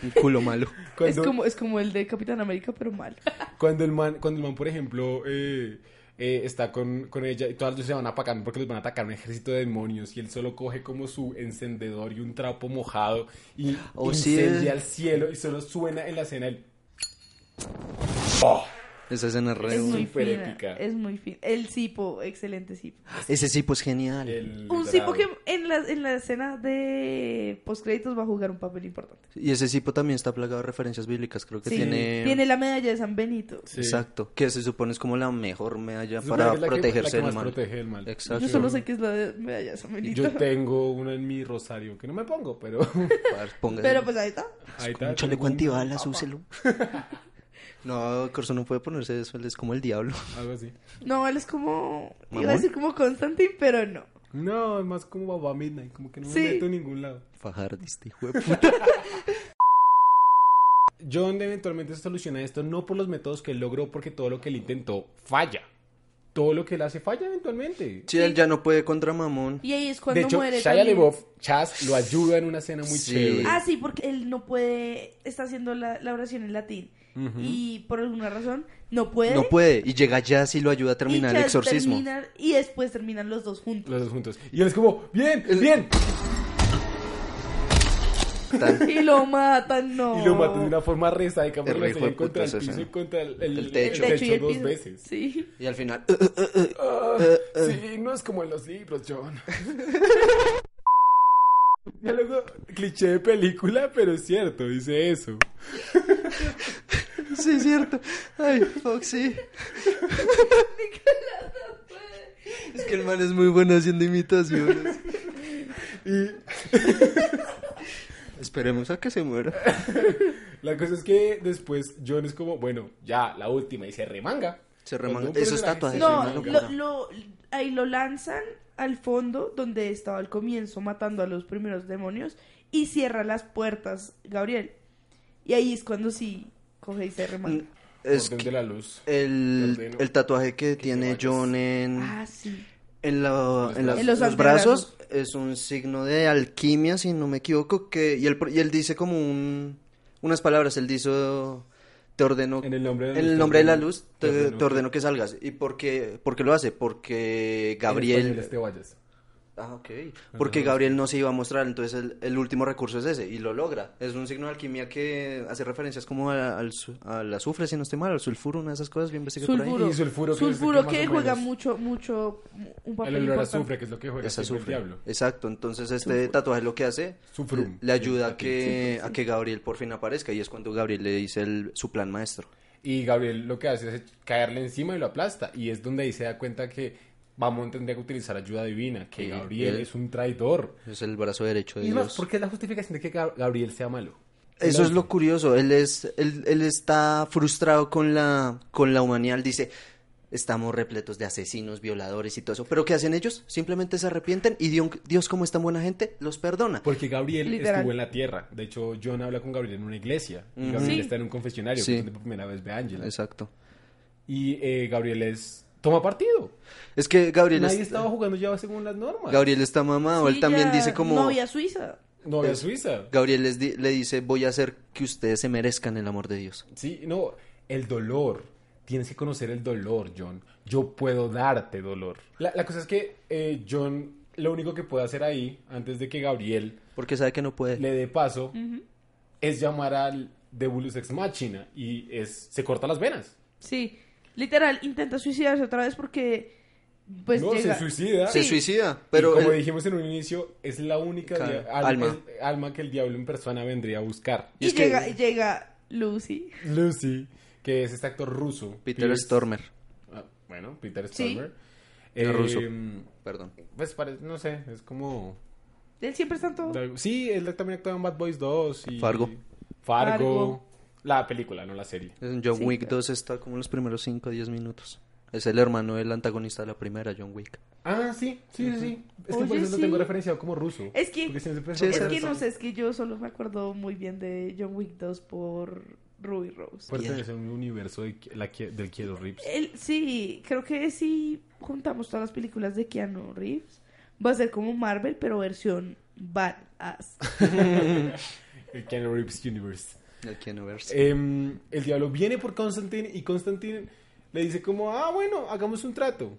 Speaker 2: Un culo malo.
Speaker 3: Es
Speaker 1: Cuando,
Speaker 3: como, es como el de Capitán América, pero mal.
Speaker 1: cuando, el man, cuando el man, por ejemplo, eh, eh, está con, con ella y todas las luces se van apagando porque los van a atacar un ejército de demonios y él solo coge como su encendedor y un trapo mojado y
Speaker 2: Oh, sí,
Speaker 1: incendia
Speaker 2: eh.
Speaker 1: al cielo y solo suena en la escena el...
Speaker 3: ¡Oh!
Speaker 2: Esa escena es re
Speaker 3: Es muy
Speaker 1: Súper
Speaker 3: fina.
Speaker 1: épica.
Speaker 3: Es muy fina. El Sipo, excelente Sipo.
Speaker 2: Ese tipo es genial.
Speaker 1: el
Speaker 3: Un
Speaker 1: dragón.
Speaker 3: Sipo que en la, en la escena de postcréditos va a jugar un papel importante.
Speaker 2: Y ese tipo también está plagado de referencias bíblicas. Creo que
Speaker 3: Sí.
Speaker 2: tiene...
Speaker 3: Tiene la medalla de San Benito.
Speaker 1: Sí.
Speaker 2: Exacto. Que se supone es como la mejor medalla
Speaker 1: Se supone
Speaker 2: para
Speaker 1: que es la que- la que
Speaker 2: protegerse del
Speaker 1: más
Speaker 2: mal.
Speaker 1: protege del mal.
Speaker 2: Exacto.
Speaker 3: Yo solo sé que es la de medalla de San Benito.
Speaker 1: Yo tengo una en mi rosario que no me pongo, pero... [laughs]
Speaker 2: Par- póngale.
Speaker 3: Pero pues ahí está.
Speaker 1: Ahí
Speaker 2: Un chaleco antibalas, úselo. [laughs] no, Corso no puede ponerse eso. Él es como el diablo. [laughs]
Speaker 1: Algo así.
Speaker 3: No, él es como. Iba
Speaker 2: ¿Mamón?
Speaker 3: a decir como Constantine, pero no.
Speaker 1: No, es más como Baba Midnight, como que no
Speaker 3: Sí.
Speaker 1: me meto en ningún lado.
Speaker 2: Fajardiste, este hijo de puta.
Speaker 1: John eventualmente soluciona esto no por los métodos que él logró, porque todo lo que él intentó falla. Todo lo que él hace falla eventualmente.
Speaker 2: Sí, él ya no puede contra Mamón.
Speaker 3: Y ahí es
Speaker 1: De
Speaker 3: cuando
Speaker 1: hecho,
Speaker 3: muere.
Speaker 1: Shia
Speaker 3: también.
Speaker 1: LaBeouf, Chas, lo ayuda en una escena muy
Speaker 2: Sí.
Speaker 1: chévere.
Speaker 3: Ah, sí, porque él no puede. Está haciendo la, la oración en latín. Y por alguna razón no puede.
Speaker 2: No puede. Y llega Jazz y lo ayuda a terminar
Speaker 3: y
Speaker 2: el
Speaker 3: ya
Speaker 2: exorcismo.
Speaker 3: terminan- y después terminan los dos juntos.
Speaker 1: Los dos juntos. Y él es como, bien, bien.
Speaker 2: Tan-
Speaker 3: Y lo matan, no.
Speaker 1: Y lo matan de una forma resádica porque
Speaker 2: Es
Speaker 1: lo
Speaker 2: re hijo
Speaker 1: estrellan
Speaker 2: de puta
Speaker 1: contra el
Speaker 2: esa
Speaker 1: piso y
Speaker 2: escena.
Speaker 1: contra el,
Speaker 2: El techo.
Speaker 3: El techo y el
Speaker 1: dos
Speaker 3: piso.
Speaker 1: veces.
Speaker 3: Sí.
Speaker 2: Y al [laughs] final... Eh,
Speaker 1: Sí, no es como en los libros,
Speaker 3: [laughs]
Speaker 1: John. [laughs] Diálogo cliché de película, pero es cierto, dice eso.
Speaker 2: Sí, es cierto. Ay, [laughs] Foxy. Es que el man es muy bueno haciendo imitaciones.
Speaker 1: Y
Speaker 2: [laughs] Esperemos a que se muera.
Speaker 1: la cosa es que después John es como, bueno, ya, la última, y se remanga.
Speaker 2: Se remanga.
Speaker 1: Cuando un
Speaker 2: Esos
Speaker 1: personaje
Speaker 2: tatuajes
Speaker 1: se
Speaker 2: son
Speaker 3: No,
Speaker 2: una
Speaker 1: remanga.
Speaker 2: locura.
Speaker 3: lo, lo- ahí lo lanzan al fondo donde estaba al comienzo matando a los primeros demonios y cierra las puertas Gabriel. Y ahí es cuando sí coge y se remanga.
Speaker 1: Mm,
Speaker 2: Es
Speaker 1: Orden
Speaker 2: que
Speaker 1: de la luz.
Speaker 2: el,
Speaker 1: Ordeno
Speaker 2: el tatuaje que tiene
Speaker 1: vayas.
Speaker 2: John
Speaker 1: mm.
Speaker 2: en,
Speaker 3: Ah, sí.
Speaker 2: en, la- en, las-
Speaker 3: En los
Speaker 2: los brazos es un signo de alquimia, si no me equivoco. Que, y, él, pro- y él dice como un, unas palabras. Él dice: Te ordeno
Speaker 1: En el nombre de la
Speaker 2: En
Speaker 1: luz.
Speaker 2: el nombre de la luz, te, te
Speaker 1: ordeno
Speaker 2: ordeno que salgas. ¿Y por qué, por qué lo hace? Porque
Speaker 1: en español
Speaker 2: Gabriel...
Speaker 1: este vayas.
Speaker 2: Ah, ok. Porque Gabriel no se iba a mostrar, entonces el, el último recurso es ese, y lo logra. Es un signo de alquimia que hace referencias como a- al, su- al azufre, si no estoy mal, al sulfuro, una de esas cosas, bien investigué por ahí.
Speaker 3: Sulfuro.
Speaker 1: Y sulfuro, que es el
Speaker 3: Sulfuro
Speaker 1: que más
Speaker 3: que
Speaker 1: o
Speaker 3: juega
Speaker 1: menos-
Speaker 3: mucho, mucho un papel
Speaker 1: El olor a
Speaker 3: importante.
Speaker 1: azufre, que es lo que juega
Speaker 2: Es
Speaker 1: siempre el
Speaker 2: azufre.
Speaker 1: diablo.
Speaker 2: Exacto, entonces este tatuaje lo que hace
Speaker 1: Sufrum.
Speaker 2: le ayuda
Speaker 1: Sí,
Speaker 2: a que, a que Gabriel por fin aparezca, y es cuando Gabriel le dice el- su plan maestro.
Speaker 1: Y Gabriel lo que hace es caerle encima y lo aplasta. Y es donde ahí se da cuenta que Mamón tendría que utilizar ayuda divina, que
Speaker 2: Sí,
Speaker 1: Gabriel
Speaker 2: él-
Speaker 1: es un traidor.
Speaker 2: Es el brazo derecho de
Speaker 1: Y es más,
Speaker 2: Dios.
Speaker 1: ¿por qué es la justificación de que Gab- Gabriel sea malo?
Speaker 2: Eso es lo curioso. Él es, él, él está frustrado con la, con la humanidad. Él dice, estamos repletos de asesinos, violadores y todo eso. Pero ¿qué hacen ellos? Simplemente se arrepienten y Dion- Dios, como es tan buena gente, los perdona.
Speaker 1: Porque Gabriel
Speaker 3: Literal.
Speaker 1: estuvo en la tierra. De hecho, John habla con Gabriel en una iglesia. Y Gabriel
Speaker 3: Sí.
Speaker 1: está en un confesionario,
Speaker 2: Sí.
Speaker 1: que es donde por primera vez ve a Ángela.
Speaker 2: Exacto.
Speaker 1: Y eh, Gabriel es... Toma partido.
Speaker 2: Es que Gabriel,
Speaker 1: Nadie
Speaker 2: es-
Speaker 1: estaba jugando ya según las normas.
Speaker 2: Gabriel está mamado.
Speaker 3: Sí,
Speaker 2: él también
Speaker 3: ya
Speaker 2: dice como...
Speaker 3: Novia suiza.
Speaker 1: No había Suiza.
Speaker 2: Gabriel les di- le dice, voy a hacer que ustedes se merezcan el amor de Dios.
Speaker 1: Sí, no, el dolor. Tienes que conocer el dolor, John. Yo puedo darte dolor. La, la cosa es que eh, John lo único que puede hacer ahí, antes de que Gabriel
Speaker 2: Porque sabe que no puede.
Speaker 1: le dé paso, es llamar al Devulus Ex Machina y es, se corta las venas.
Speaker 3: Sí. Literal, intenta suicidarse otra vez porque. Pues
Speaker 1: no,
Speaker 3: llega-
Speaker 1: se suicida.
Speaker 2: Se
Speaker 3: Sí.
Speaker 2: suicida,
Speaker 1: Pero
Speaker 2: pero
Speaker 1: como
Speaker 2: él-
Speaker 1: dijimos en un inicio, es la única
Speaker 2: Ca-
Speaker 1: dia-
Speaker 2: alma.
Speaker 1: es- alma que el diablo en persona vendría a buscar.
Speaker 3: Y,
Speaker 2: Y es que-
Speaker 3: llega, llega Lucy.
Speaker 1: Lucy, que es este actor ruso. que
Speaker 2: Peter
Speaker 1: es-
Speaker 2: Stormer,
Speaker 1: Ah, bueno, Peter
Speaker 3: Sí.
Speaker 1: Stormer.
Speaker 2: No, ruso.
Speaker 1: Em,
Speaker 2: perdón.
Speaker 1: Pues parece, no sé, es como...
Speaker 3: Él siempre está en todo.
Speaker 1: Sí, él también actuaba en Bad Boys 2 y...
Speaker 2: Fargo.
Speaker 1: Fargo.
Speaker 3: Fargo.
Speaker 1: La película, no la serie.
Speaker 2: En John
Speaker 3: Sí,
Speaker 2: Wick
Speaker 3: claro.
Speaker 2: 2 está como en los primeros 5 o 10 minutos. Es el hermano del antagonista de la primera, John Wick.
Speaker 1: Ah, sí, sí, sí, sí. Es que
Speaker 3: Oye,
Speaker 1: por eso
Speaker 3: sí.
Speaker 1: lo tengo referenciado como ruso.
Speaker 3: Es que-
Speaker 1: Porque siempre
Speaker 2: Sí,
Speaker 1: pensaba
Speaker 3: es
Speaker 1: por
Speaker 3: que
Speaker 1: eso.
Speaker 3: no sé, es que yo solo me acuerdo muy bien de John Wick 2 por Ruby Rose.
Speaker 1: Por tener un universo de Ke- la Ke- del Keanu Reeves.
Speaker 3: Él- sí, creo que si juntamos todas las películas de Keanu Reeves, va a ser como Marvel, pero versión badass.
Speaker 1: El Keanu Reeves Universe.
Speaker 2: El Keanu Reeves.
Speaker 1: Em, el diablo viene por Constantine y Constantine le dice como, ah, bueno, hagamos un trato.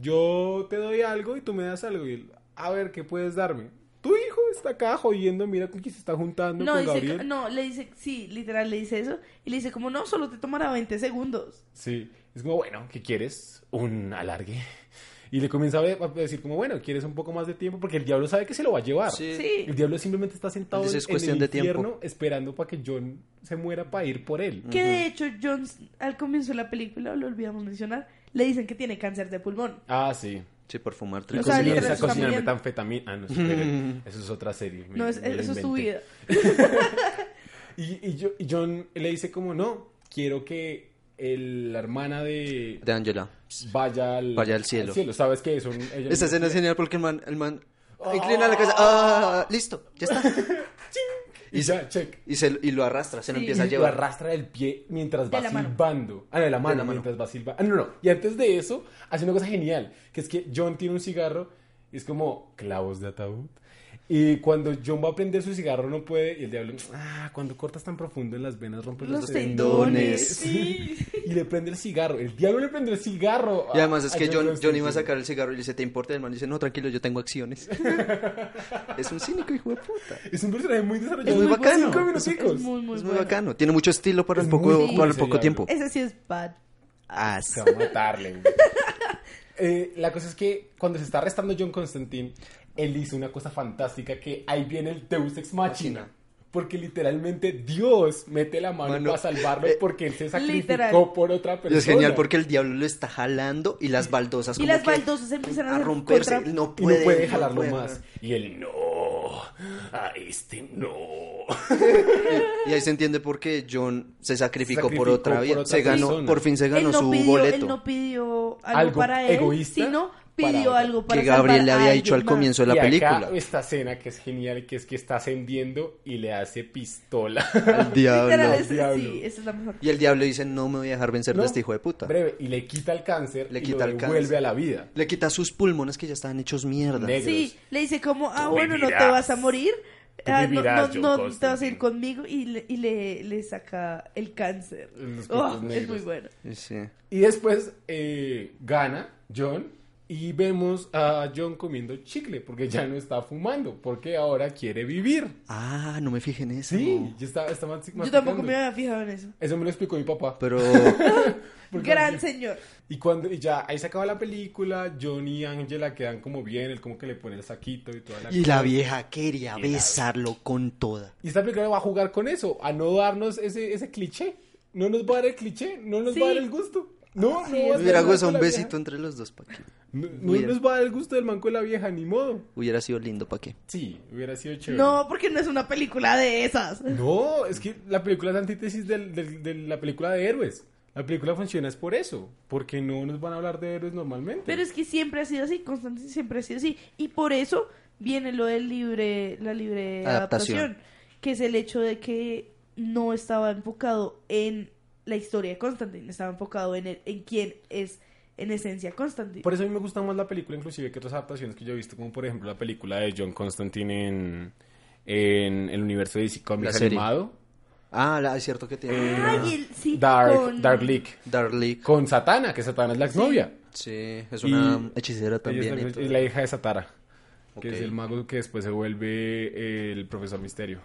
Speaker 1: Yo te doy algo y tú me das algo. Y él, a ver, ¿qué puedes darme? Tu hijo está acá jodiendo, mira con quién se está juntando
Speaker 3: No,
Speaker 1: con
Speaker 3: dice,
Speaker 1: Gabriel.
Speaker 3: no, le dice, sí, literal, le dice eso. Y le dice como, no, solo te tomará 20 segundos.
Speaker 1: Sí, es como, bueno, ¿qué quieres? Un alargue. Y le comienza a ver- a decir como, bueno, ¿quieres un poco más de tiempo? Porque el diablo sabe que se lo va a llevar.
Speaker 2: Sí.
Speaker 3: Sí.
Speaker 1: El diablo simplemente está sentado
Speaker 2: Dice, "Es
Speaker 1: en
Speaker 2: cuestión
Speaker 1: el
Speaker 2: de tiempo".
Speaker 1: infierno esperando para que John se muera para ir por
Speaker 2: Mm.
Speaker 1: él.
Speaker 3: Que de hecho, John, al comienzo de la película, lo olvidamos mencionar, le dicen que tiene cáncer de pulmón.
Speaker 1: Ah, sí.
Speaker 2: Sí, por
Speaker 1: Y
Speaker 2: fumar
Speaker 3: O
Speaker 2: tres.
Speaker 3: sea,
Speaker 1: cocinar,
Speaker 3: literal,
Speaker 1: o sea,
Speaker 3: eso está
Speaker 1: cocinar
Speaker 3: muy bien.
Speaker 1: metanfetamina. Ah, no,
Speaker 3: [laughs]
Speaker 1: esperen. Eso es otra serie. me-
Speaker 3: No, es-
Speaker 1: me lo
Speaker 3: eso es tu
Speaker 1: inventé.
Speaker 3: vida.
Speaker 1: Y, y, yo- y John le dice como, no, quiero que el- la hermana de...
Speaker 2: De Angela.
Speaker 1: Vaya al,
Speaker 2: Vaya al cielo.
Speaker 1: ¿Sabes qué? Son, ella-
Speaker 2: Esta escena es genial porque el man, el man inclina la cabeza. Ah, listo, ya está.
Speaker 1: Y ya, check.
Speaker 2: Y, se, y lo arrastra, se lo
Speaker 3: Sí.
Speaker 2: empieza a
Speaker 1: Y lo
Speaker 2: llevar.
Speaker 1: arrastra del pie mientras
Speaker 3: De
Speaker 1: va
Speaker 3: la mano.
Speaker 1: silbando. Ah, no, de la mano,
Speaker 2: la mano.
Speaker 1: mientras va silbando. Ah, no, no. Y antes de eso, hace una cosa genial, que es que John tiene un cigarro y es como clavos de ataúd. Y cuando John va a prender su cigarro no puede y el diablo, ah, cuando cortas tan profundo en las venas rompes los,
Speaker 3: Los
Speaker 2: Pues [laughs]
Speaker 3: tendones.
Speaker 2: tendones.
Speaker 3: Sí.
Speaker 1: y le prende el cigarro. El diablo le prende el cigarro.
Speaker 2: Y además es
Speaker 1: a
Speaker 2: que John, John iba a
Speaker 1: Constantine.
Speaker 2: sacar el cigarro y le dice, ¿te importa? Y el man dice, no, tranquilo, yo
Speaker 1: [laughs]
Speaker 2: tengo acciones. es un cínico, hijo de puta.
Speaker 1: Es un personaje muy desarrollado.
Speaker 2: Es muy bacano.
Speaker 1: Cinco
Speaker 3: Es
Speaker 1: minuticos.
Speaker 3: muy, muy,
Speaker 2: es muy
Speaker 3: bueno.
Speaker 2: bacano. Tiene mucho estilo para
Speaker 1: Es
Speaker 2: el
Speaker 1: muy
Speaker 2: poco,
Speaker 1: cool
Speaker 2: para el
Speaker 1: ese
Speaker 2: poco
Speaker 1: diablo.
Speaker 2: tiempo.
Speaker 3: Ese sí es bad.
Speaker 2: As.
Speaker 1: Se va a matarle.
Speaker 2: [laughs]
Speaker 1: güey. Eh, la cosa es que cuando se está arrestando John Constantine, él hizo una cosa fantástica que ahí viene el Deus Ex Machina.
Speaker 2: Machina.
Speaker 1: Porque literalmente Dios mete la mano
Speaker 2: Mano,
Speaker 1: para salvarlo
Speaker 2: eh,
Speaker 1: porque él se sacrificó
Speaker 3: literal.
Speaker 1: por otra
Speaker 2: Y
Speaker 1: persona.
Speaker 2: es genial porque el diablo lo está jalando y las baldosas
Speaker 3: Y
Speaker 2: como
Speaker 3: las
Speaker 2: que
Speaker 3: baldosas empiezan a
Speaker 2: a
Speaker 3: hacer
Speaker 2: romperse.
Speaker 3: contra-
Speaker 2: No
Speaker 1: Y
Speaker 2: puede,
Speaker 1: no puede jalarlo
Speaker 2: puede.
Speaker 1: más. Y él, no, a este no.
Speaker 2: Y ahí se entiende por qué John se sacrificó,
Speaker 1: Sacrificó
Speaker 2: por otra
Speaker 1: por
Speaker 2: vida.
Speaker 1: otra
Speaker 2: se ganó,
Speaker 1: persona.
Speaker 2: por fin se ganó
Speaker 3: él no
Speaker 2: su
Speaker 3: pidió,
Speaker 2: boleto.
Speaker 3: Él no pidió algo,
Speaker 1: Algo
Speaker 3: para él,
Speaker 1: egoísta
Speaker 3: sino
Speaker 1: para
Speaker 3: pidió
Speaker 1: otro.
Speaker 3: algo para
Speaker 2: Que Gabriel
Speaker 3: salvar
Speaker 2: le
Speaker 3: a
Speaker 2: había dicho al
Speaker 3: alguien más.
Speaker 2: comienzo [laughs] de la
Speaker 1: y
Speaker 2: película.
Speaker 1: Acá esta escena que es genial, que es que está ascendiendo y le hace pistola.
Speaker 2: Al diablo.
Speaker 3: Literal,
Speaker 1: al
Speaker 3: ese-
Speaker 1: diablo.
Speaker 3: sí, esa es la mejor.
Speaker 2: Y el diablo dice, no me voy a dejar vencer
Speaker 1: ¿No?
Speaker 2: de este hijo de puta.
Speaker 1: Breve, y le quita el cáncer
Speaker 2: Le
Speaker 1: y
Speaker 2: quita
Speaker 1: lo
Speaker 2: el
Speaker 1: devuelve
Speaker 2: cáncer.
Speaker 1: a la vida.
Speaker 2: Le quita sus pulmones que ya estaban hechos mierda.
Speaker 1: Negro.
Speaker 3: Sí, le dice como, ah,
Speaker 1: Tú
Speaker 3: bueno, no te
Speaker 1: vivirás.
Speaker 3: vas a morir.
Speaker 1: Tú
Speaker 3: ah,
Speaker 1: vivirás,
Speaker 3: no, no,
Speaker 1: John
Speaker 3: no te vas a
Speaker 1: Constantine.
Speaker 3: ir conmigo y le, y le, le saca el cáncer.
Speaker 1: Los
Speaker 3: Oh,
Speaker 1: puntos
Speaker 3: es
Speaker 1: negros.
Speaker 3: muy bueno.
Speaker 2: Sí.
Speaker 1: Y después eh, gana John Y vemos a John comiendo chicle porque ya no está fumando, porque ahora quiere vivir.
Speaker 2: Ah, no me fijé en eso.
Speaker 1: Sí, ya está, está masticando.
Speaker 3: Yo tampoco me había fijado en eso.
Speaker 1: Eso me lo explicó mi papá.
Speaker 2: Pero [laughs]
Speaker 1: Porque-
Speaker 3: Gran señor.
Speaker 1: Y cuando y ya ahí se acaba la película, John y Angela quedan como bien, él como que le pone el saquito y toda la
Speaker 2: y
Speaker 1: cosa.
Speaker 2: la vieja quería besarlo con toda.
Speaker 1: Y esta película va a jugar con eso, a no darnos ese, ese cliché. No nos va a dar el cliché, no nos
Speaker 3: Sí.
Speaker 1: va a dar el gusto. No, no va a
Speaker 2: Me hubiera
Speaker 1: dar el gusto
Speaker 2: gozado
Speaker 1: de
Speaker 2: un
Speaker 1: la vieja.
Speaker 2: besito entre los dos, ¿pa' qué?
Speaker 1: No, no
Speaker 2: Hubiera-
Speaker 1: nos va a dar el gusto del manco de la vieja, ni modo.
Speaker 2: Hubiera sido lindo, ¿pa' qué?
Speaker 1: Sí, hubiera sido chévere.
Speaker 3: No, porque no es una película
Speaker 1: [laughs]
Speaker 3: de esas.
Speaker 1: No, es que la película es antítesis del- del- de la película de héroes. La película funciona es por eso, porque no nos van a hablar de héroes normalmente.
Speaker 3: Pero es que siempre ha sido así, Constantine siempre ha sido así. Y por eso viene lo del libre, la libre
Speaker 2: Adaptación.
Speaker 3: adaptación. que es el hecho de que no estaba enfocado en la historia de Constantine, estaba enfocado en, el- en quién es en esencia Constantine.
Speaker 1: Por eso a mí me gusta más la película, inclusive, que otras adaptaciones que yo he visto, como por ejemplo la película de John Constantine en, en el universo de DC
Speaker 2: La
Speaker 1: Comics
Speaker 2: serie.
Speaker 1: animado.
Speaker 2: Ah, la- es cierto que tiene.
Speaker 3: Ay, el- sí,
Speaker 1: Dark,
Speaker 3: con-
Speaker 1: Dark League.
Speaker 2: Darlik.
Speaker 1: Con Satana, que Satana es la exnovia.
Speaker 2: Sí, es
Speaker 1: Y-
Speaker 2: una hechicera
Speaker 1: Ella es
Speaker 2: también.
Speaker 1: la-
Speaker 2: y
Speaker 1: es
Speaker 2: todo.
Speaker 1: la hija de Satara, que
Speaker 2: Ok.
Speaker 1: es el mago que después se vuelve el profesor misterio.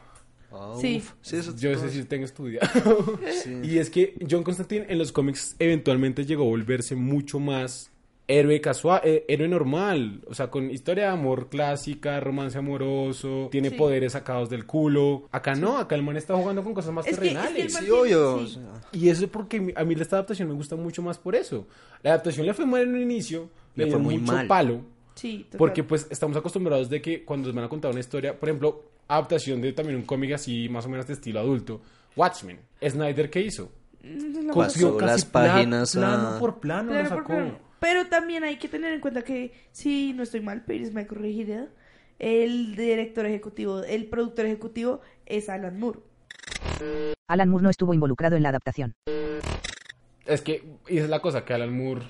Speaker 2: Ah,
Speaker 3: Sí.
Speaker 2: uf. sí, eso
Speaker 1: Yo sé si tengo estudiado.
Speaker 3: [laughs]
Speaker 2: Sí.
Speaker 1: Y es que John Constantine en los cómics eventualmente llegó a volverse mucho más héroe casual, eh, héroe normal, o sea, con historia de amor clásica, romance amoroso, tiene
Speaker 3: Sí.
Speaker 1: poderes sacados del culo. Acá no, acá el man está jugando con cosas más
Speaker 3: Es que- es que el
Speaker 1: terrenales.
Speaker 3: man-
Speaker 2: Sí, obvio.
Speaker 3: Sí.
Speaker 2: o sea,
Speaker 1: Y eso es porque mi- a mí esta adaptación me gusta mucho más por eso. La adaptación le fue mal en un inicio, le,
Speaker 2: Le
Speaker 1: fue
Speaker 2: fue muy
Speaker 1: mucho
Speaker 2: mal.
Speaker 1: palo,
Speaker 3: Sí, total.
Speaker 1: porque pues estamos acostumbrados de que cuando nos van a contar una historia, por ejemplo, adaptación de también un cómic así más o menos de estilo adulto, Watchmen, Snyder qué hizo?
Speaker 3: No,
Speaker 2: Pasó
Speaker 1: Copió casi
Speaker 2: las
Speaker 1: pla-
Speaker 2: páginas a-
Speaker 1: plano por plano,
Speaker 3: Claro,
Speaker 1: lo
Speaker 3: por
Speaker 1: sacó.
Speaker 3: favor. Pero también hay que tener en cuenta que, si no estoy mal, Pérez me corregirá, el director ejecutivo, el productor ejecutivo es Alan Moore.
Speaker 4: Alan Moore no estuvo involucrado en la adaptación.
Speaker 1: Es que y esa es la cosa que Alan Moore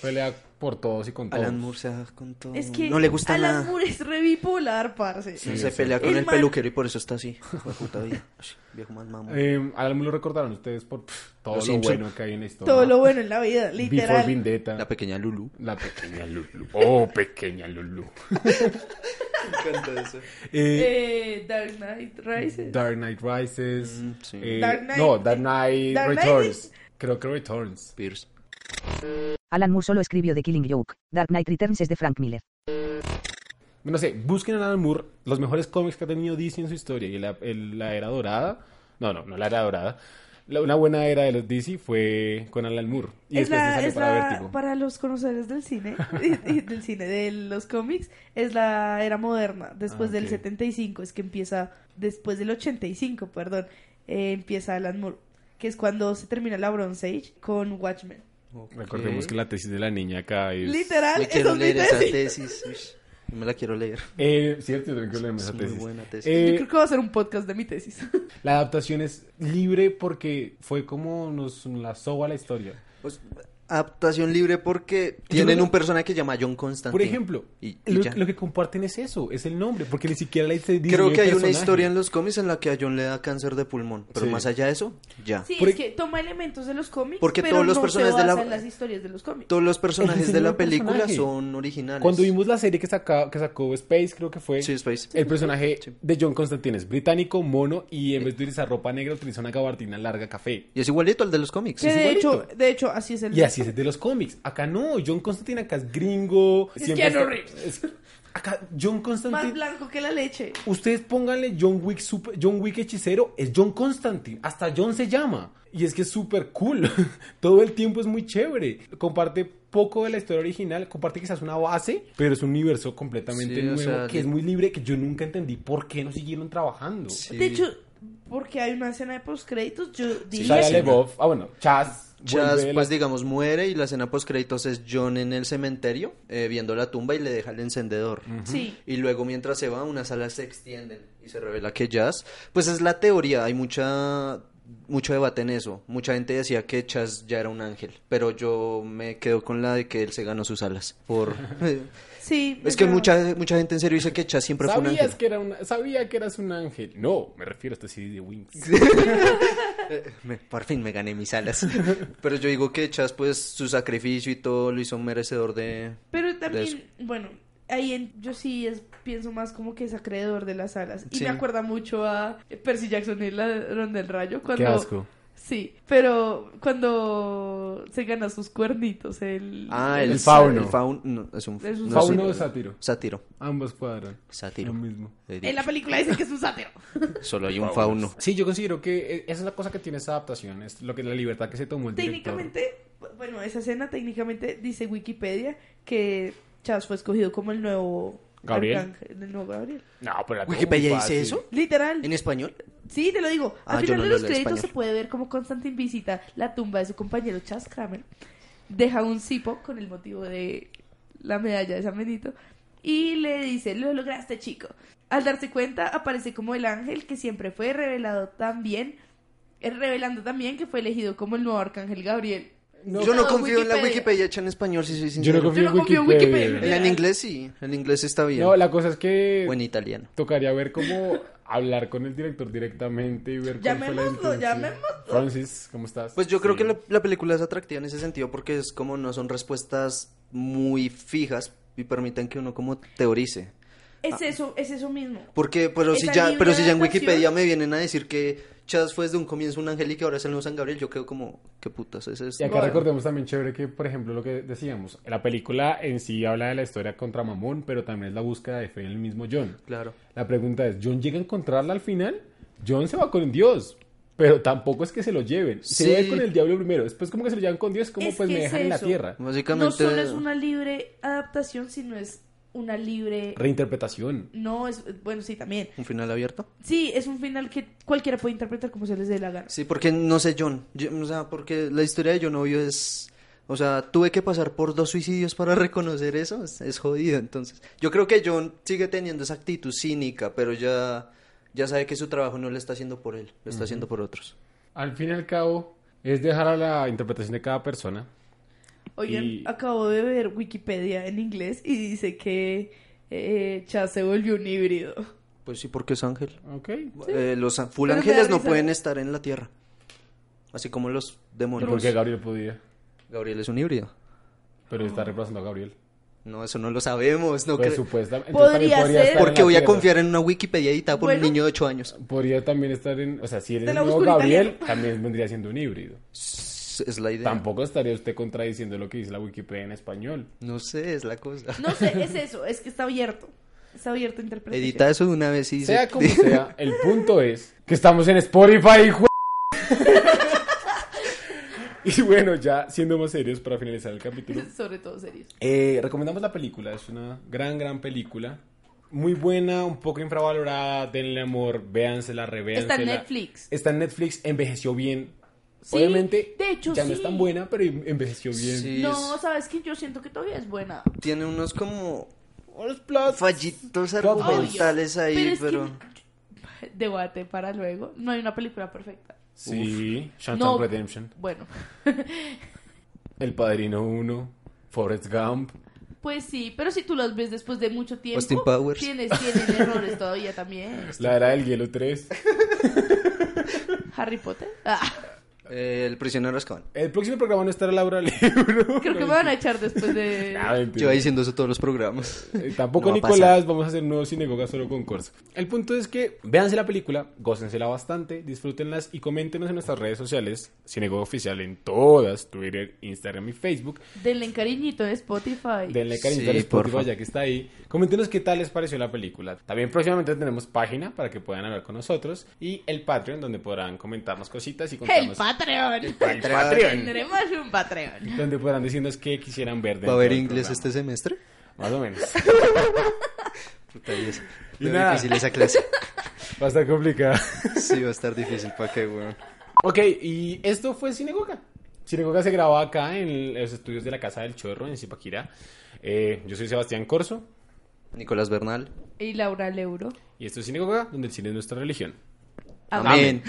Speaker 1: pelea por todos y con todos.
Speaker 2: Alan Moore se da con todo.
Speaker 3: Es que
Speaker 2: no le gusta
Speaker 3: Alan
Speaker 2: nada.
Speaker 3: Moore es re bipolar, parce.
Speaker 1: Sí,
Speaker 2: se
Speaker 1: sí.
Speaker 2: pelea con
Speaker 3: El
Speaker 2: el,
Speaker 3: man-
Speaker 2: peluquero y por eso está así. Fue puta vida. Sí, Viejo mal mamón.
Speaker 1: Eh, Alan Moore lo recordaron ustedes por pff, todo
Speaker 2: Los
Speaker 1: lo
Speaker 2: Simpson.
Speaker 1: bueno que hay en la historia.
Speaker 3: Todo lo bueno en la vida,
Speaker 1: Before
Speaker 3: literal.
Speaker 1: Vendetta.
Speaker 2: La pequeña Lulu.
Speaker 1: La pequeña
Speaker 2: [laughs]
Speaker 1: Lulu. Oh, pequeña Lulu.
Speaker 2: Me encanta eso.
Speaker 1: Eh,
Speaker 3: Eh, Dark Knight Rises.
Speaker 1: Dark Knight Rises.
Speaker 2: Mm, sí.
Speaker 1: eh,
Speaker 3: Dark Knight-
Speaker 1: No, Dark Knight
Speaker 3: Dark Knight
Speaker 1: Returns. Creo que Returns.
Speaker 2: Pierce.
Speaker 4: Alan Moore solo escribió The Killing Joke. Dark Knight Returns es de Frank Miller.
Speaker 1: No sé, busquen a Alan Moore los mejores cómics que ha tenido DC en su historia. Y la, el- la era dorada. No, no, no la era dorada. La- una buena era de los DC fue con Alan Moore. Y después
Speaker 3: es
Speaker 1: se
Speaker 3: la,
Speaker 1: salió
Speaker 3: es
Speaker 1: para
Speaker 3: la-
Speaker 1: Vértigo.
Speaker 3: para los conocedores del cine, [laughs] y- y del cine, de los cómics, es la era moderna, después
Speaker 1: Ah,
Speaker 3: del
Speaker 1: ok.
Speaker 3: 75, es que empieza, después del 85, perdón, eh, empieza Alan Moore, que es cuando se termina la Bronze Age con Watchmen.
Speaker 1: Recordemos que la tesis de la niña acá es.
Speaker 3: Literal,
Speaker 2: Me
Speaker 3: eso
Speaker 2: quiero
Speaker 3: es mi
Speaker 2: leer esa
Speaker 3: tesis.
Speaker 2: tesis. ush. No me la quiero leer.
Speaker 1: Eh, cierto, yo también quiero leerme
Speaker 2: Es
Speaker 1: esa
Speaker 2: muy
Speaker 1: tesis.
Speaker 2: buena tesis.
Speaker 1: Eh,
Speaker 3: Yo creo que va a ser un podcast de mi tesis.
Speaker 1: La adaptación es libre porque fue como nos la soba la historia.
Speaker 2: Pues, adaptación libre porque
Speaker 1: creo
Speaker 2: tienen
Speaker 1: que-
Speaker 2: un personaje que se llama John Constantine.
Speaker 1: Por ejemplo,
Speaker 2: Y- y
Speaker 1: lo,
Speaker 2: ya.
Speaker 1: lo que comparten es eso, es el nombre, porque ni siquiera la dice
Speaker 2: Creo que hay una historia en los cómics en la que a John le da cáncer de pulmón. Pero
Speaker 1: Sí.
Speaker 2: más allá de eso, ya.
Speaker 3: [laughs] Sí,
Speaker 1: Por
Speaker 3: es
Speaker 1: e-
Speaker 3: que toma elementos de los cómics,
Speaker 2: Porque
Speaker 3: pero
Speaker 2: todos los
Speaker 3: no
Speaker 2: personajes
Speaker 3: se
Speaker 2: de la-
Speaker 3: basa en las historias de los cómics.
Speaker 2: Todos los personajes de
Speaker 1: diseño
Speaker 2: la
Speaker 1: del
Speaker 2: película
Speaker 1: personaje.
Speaker 2: son originales.
Speaker 1: Cuando vimos la serie que, saca- que sacó Space, creo que fue,
Speaker 2: Sí, Space.
Speaker 1: el personaje
Speaker 2: Sí.
Speaker 1: de John Constantine es británico, mono, y en vez de utilizar ropa negra utiliza una gabardina larga café.
Speaker 2: Y es igualito al de los cómics.
Speaker 3: Que de hecho,
Speaker 1: igualito.
Speaker 3: de hecho, así es el
Speaker 1: Y así es de los cómics. Acá no, John Constantine acá es gringo.
Speaker 3: Es
Speaker 1: siempre está-
Speaker 3: Keanu Reeves.
Speaker 1: es- acá John
Speaker 3: más
Speaker 1: Constantine...
Speaker 3: blanco que la leche.
Speaker 1: Ustedes pónganle John Wick, super- John Wick hechicero, es John Constantine, hasta John se llama. Y es que es súper cool, [laughs] todo el tiempo es muy chévere, comparte poco de la historia original, comparte quizás una base, pero es un universo completamente
Speaker 2: Sí, o
Speaker 1: nuevo,
Speaker 2: sea,
Speaker 1: que es muy libre, que yo nunca entendí por qué no siguieron trabajando.
Speaker 2: Sí.
Speaker 3: De hecho, porque hay una escena de postcréditos, yo dije...
Speaker 1: Shia
Speaker 2: sí.
Speaker 1: LaBeouf, ah bueno, Chaz,
Speaker 2: Chas,
Speaker 1: vuelve de
Speaker 2: pues
Speaker 1: la-
Speaker 2: digamos, muere y la escena post créditos es John en el cementerio eh, viendo la tumba y le deja el encendedor.
Speaker 3: Sí.
Speaker 2: Y luego mientras se va, unas alas se extienden y se revela que Jazz, pues es la teoría, hay mucha mucho debate en eso. Mucha gente decía que Chas ya era un ángel, pero yo me quedo con la de que él se ganó sus alas.
Speaker 1: [laughs]
Speaker 2: Por... [laughs]
Speaker 3: Sí.
Speaker 2: es que
Speaker 3: pero-
Speaker 2: mucha, mucha gente en serio dice que Chas siempre fue un ángel.
Speaker 1: Sabías que, era una- sabía que eras un ángel. No, me refiero a este CD de Wings.
Speaker 2: Me- por fin me gané mis
Speaker 3: [laughs]
Speaker 2: alas. pero yo digo que Chas, pues su sacrificio y todo lo hizo merecedor de...
Speaker 3: Pero
Speaker 2: eso.
Speaker 3: también, bueno, ahí en- yo sí es- pienso más como que es acreedor de las alas. Y
Speaker 2: Sí.
Speaker 3: me acuerda mucho a Percy Jackson y el ladrón del rayo. Cuando,
Speaker 1: Qué asco.
Speaker 3: Sí, pero cuando se gana sus cuernitos, el...
Speaker 2: Ah,
Speaker 1: El fauno.
Speaker 2: El fauno no, es un,
Speaker 3: Es un
Speaker 2: no, es
Speaker 1: Fauno o sátiro.
Speaker 2: Sátiro.
Speaker 1: Ambos cuadran.
Speaker 2: Sátiro.
Speaker 1: Lo mismo.
Speaker 2: Eh,
Speaker 3: En la película dicen que es
Speaker 2: [laughs]
Speaker 3: un sátiro.
Speaker 2: Solo hay un fauno.
Speaker 1: Sí, yo considero que eh, esa es la cosa que tiene esta adaptación, es lo que la libertad que se tomó el director.
Speaker 3: técnicamente, bueno, esa escena técnicamente dice Wikipedia que Chas fue escogido como el nuevo...
Speaker 1: ¿Gabriel?
Speaker 3: arcángel, El nuevo Gabriel.
Speaker 1: No, pero la tuvo
Speaker 2: ¿Wikipedia
Speaker 1: muy
Speaker 2: dice
Speaker 1: fácil.
Speaker 2: eso?
Speaker 3: Literal.
Speaker 2: ¿En español?
Speaker 3: Sí, te lo digo. Al
Speaker 2: Ah, yo
Speaker 3: final
Speaker 2: no
Speaker 3: de
Speaker 2: lo
Speaker 3: los
Speaker 2: leo en
Speaker 3: créditos se
Speaker 2: español.
Speaker 3: puede ver cómo Constantine visita la tumba de su compañero Chas Kramer, deja un cipo con el motivo de la medalla de San Benito y le dice, lo lograste chico. Al darse cuenta, aparece como el ángel que siempre fue revelado también, eh, revelando también que fue elegido como el nuevo arcángel Gabriel.
Speaker 1: No,
Speaker 2: yo no
Speaker 3: no,
Speaker 2: confío en la
Speaker 3: Wikipedia.
Speaker 2: Wikipedia hecha en español, si soy
Speaker 1: yo
Speaker 2: sincero.
Speaker 1: no confío
Speaker 3: Yo no confío en
Speaker 1: en Wikipedia.
Speaker 3: Wikipedia.
Speaker 2: En inglés sí, en inglés está bien.
Speaker 1: No, la cosa es que
Speaker 2: O en italiano.
Speaker 1: tocaría ver cómo hablar con el director directamente y ver cuál fue la
Speaker 3: Llamémoslo,
Speaker 1: intención.
Speaker 3: llamémoslo.
Speaker 1: Francis, ¿cómo estás?
Speaker 2: Pues yo creo
Speaker 1: Sí.
Speaker 2: que la, la película es atractiva en ese sentido porque es como no son respuestas muy fijas y permiten que uno como teorice.
Speaker 3: Es eso, es eso mismo.
Speaker 2: Porque, pero si
Speaker 3: Esa
Speaker 2: ya,
Speaker 3: libre
Speaker 2: pero si ya en
Speaker 3: adaptación.
Speaker 2: Wikipedia me vienen a decir que Chas fue desde un comienzo un ángel y que ahora es el nuevo San Gabriel, yo quedo como, qué putas es
Speaker 1: Y
Speaker 2: esto.
Speaker 1: acá recordemos también chévere que, por ejemplo, lo que decíamos, la película en sí habla de la historia contra Mamón, pero también es la búsqueda de fe en el mismo John.
Speaker 2: Claro.
Speaker 1: La pregunta es, ¿John llega a encontrarla al final? John se va con Dios, pero tampoco es que se lo lleven. Se
Speaker 2: Sí.
Speaker 1: va con el diablo primero, después como que se lo llevan con Dios, como
Speaker 3: Es
Speaker 1: pues
Speaker 3: que
Speaker 1: me
Speaker 3: es
Speaker 1: dejan en la
Speaker 3: eso.
Speaker 1: tierra.
Speaker 2: Básicamente.
Speaker 3: No solo es una libre adaptación, sino es una libre...
Speaker 1: Reinterpretación.
Speaker 3: No, es... Bueno, sí, también.
Speaker 2: ¿Un final abierto?
Speaker 3: Sí, es un final que cualquiera puede interpretar como se les dé la gana.
Speaker 2: Sí, porque no sé John. Yo- o sea, porque la historia de John Obvio es... O sea, tuve que pasar por dos suicidios para [laughs] reconocer eso. Es, es jodido, entonces. Yo creo que John sigue teniendo esa actitud cínica, pero ya, ya sabe que su trabajo no lo está haciendo por él, lo está haciendo por otros.
Speaker 1: Al fin y al cabo, es dejar a la interpretación de cada persona.
Speaker 3: Oigan,
Speaker 1: Y-
Speaker 3: acabo de ver Wikipedia en inglés y dice que eh, Chas se volvió un híbrido.
Speaker 2: Pues sí, porque es ángel.
Speaker 1: Ok.
Speaker 2: Eh, los a- full
Speaker 3: Pero me
Speaker 2: ángeles
Speaker 3: da
Speaker 2: no
Speaker 3: risa.
Speaker 2: pueden estar en la tierra. Así como
Speaker 1: ¿Y
Speaker 2: los
Speaker 1: por
Speaker 2: demonios.
Speaker 1: qué Gabriel podía?
Speaker 2: Gabriel es un híbrido.
Speaker 1: Pero está reemplazando a Gabriel.
Speaker 2: No, eso no lo sabemos. No
Speaker 1: Pues
Speaker 2: cre-
Speaker 1: supuestamente.
Speaker 3: Podría
Speaker 1: entonces también
Speaker 3: ser.
Speaker 1: estar en
Speaker 2: Porque
Speaker 1: la
Speaker 2: voy a
Speaker 1: tierra.
Speaker 2: confiar en una Wikipedia editada por un
Speaker 3: Bueno.
Speaker 2: niño de 8 años.
Speaker 1: Podría también estar en. O sea, si él
Speaker 3: Te
Speaker 1: es
Speaker 3: la
Speaker 1: el nuevo
Speaker 3: busco en
Speaker 1: Gabriel,
Speaker 3: italiano.
Speaker 1: también vendría siendo un híbrido.
Speaker 2: Es es la idea.
Speaker 1: Tampoco estaría usted contradiciendo lo que dice la Wikipedia en español.
Speaker 2: No sé, es la cosa.
Speaker 3: No
Speaker 2: [laughs]
Speaker 3: sé, es eso, es que está abierto. Está abierto a interpretación.
Speaker 2: Edita
Speaker 3: [laughs]
Speaker 2: eso de una vez y dice.
Speaker 1: Sea como sea, el punto es que estamos en Spotify, hijo. [laughs] Y bueno, ya siendo más serios para finalizar el capítulo,
Speaker 3: Sobre todo serios.
Speaker 1: eh, recomendamos la película. Es una gran, gran película. Muy buena, un poco infravalorada. Denle amor, véansela, revéansela.
Speaker 3: Está en Netflix.
Speaker 1: Está en Netflix, envejeció bien.
Speaker 3: Sí,
Speaker 1: Obviamente,
Speaker 3: de hecho,
Speaker 1: ya no
Speaker 3: sí.
Speaker 1: es tan buena, pero envejeció [laughs] bien.
Speaker 2: Sí,
Speaker 3: No, sabes que yo siento que todavía es buena.
Speaker 2: Tiene unos como
Speaker 1: Unos plots.
Speaker 2: fallitos
Speaker 1: Plot holes.
Speaker 2: argumentales ahí,
Speaker 3: es que-
Speaker 2: pero.
Speaker 3: [laughs] Debate para luego. No hay una película perfecta.
Speaker 1: Sí, Shanta
Speaker 3: No.
Speaker 1: Redemption.
Speaker 2: [laughs]
Speaker 3: Bueno,
Speaker 1: El Padrino 1, Forrest Gump.
Speaker 3: pues sí, pero si tú las ves después de mucho tiempo,
Speaker 2: Austin Powers.
Speaker 3: Tienes, tienen
Speaker 2: [laughs]
Speaker 3: errores todavía también.
Speaker 1: La era del hielo 3.
Speaker 3: Harry Potter. Ah. [laughs]
Speaker 2: Eh, el prisionero Azkaban.
Speaker 1: El próximo programa no estará Laura [laughs] Libro.
Speaker 3: Creo que me van a echar después [laughs] de...
Speaker 1: Nada, mentira.
Speaker 2: Yo ahí diciendo eso todos
Speaker 1: [laughs]
Speaker 2: los programas.
Speaker 1: Eh, Tampoco
Speaker 2: No va a
Speaker 1: Nicolás, vamos a hacer un nuevo sinagoga solo con Corso. El punto es que véanse la película, gócensela bastante, disfrútenlas y coméntenos en nuestras redes sociales, sinagoga oficial en todas, Twitter, Instagram y Facebook.
Speaker 3: Denle cariñito de Spotify.
Speaker 1: Denle
Speaker 2: Sí,
Speaker 1: cariñito al Spotify,
Speaker 2: porfa.
Speaker 1: ya que está ahí. Coméntenos qué tal les pareció la película. También próximamente tenemos página para que puedan hablar con nosotros y el Patreon donde podrán comentarnos cositas y
Speaker 3: El
Speaker 1: contarnos
Speaker 3: Patreon. [laughs]
Speaker 1: El Patreon.
Speaker 3: Tendremos un Patreon.
Speaker 1: Donde podrán decirnos qué quisieran ver.
Speaker 2: ¿Va
Speaker 1: dentro
Speaker 2: a haber
Speaker 1: del
Speaker 2: inglés
Speaker 1: programa.
Speaker 2: este semestre?
Speaker 1: Más o menos.
Speaker 2: Puta, y es
Speaker 1: Y
Speaker 2: veo
Speaker 1: nada.
Speaker 2: difícil
Speaker 1: [laughs]
Speaker 2: esa clase.
Speaker 1: Va a estar complicado.
Speaker 2: Sí, va a estar difícil, ¿para qué, weón?
Speaker 1: ok, y esto fue Sinagoga. Sinagoga se grabó acá en los estudios de la Casa del Chorro, en Zipaquirá. Eh, yo soy Sebastián Corso
Speaker 2: Nicolás Bernal.
Speaker 3: Y Laura Leuro.
Speaker 1: y esto es Sinagoga, donde el cine es nuestra religión.
Speaker 2: Amén.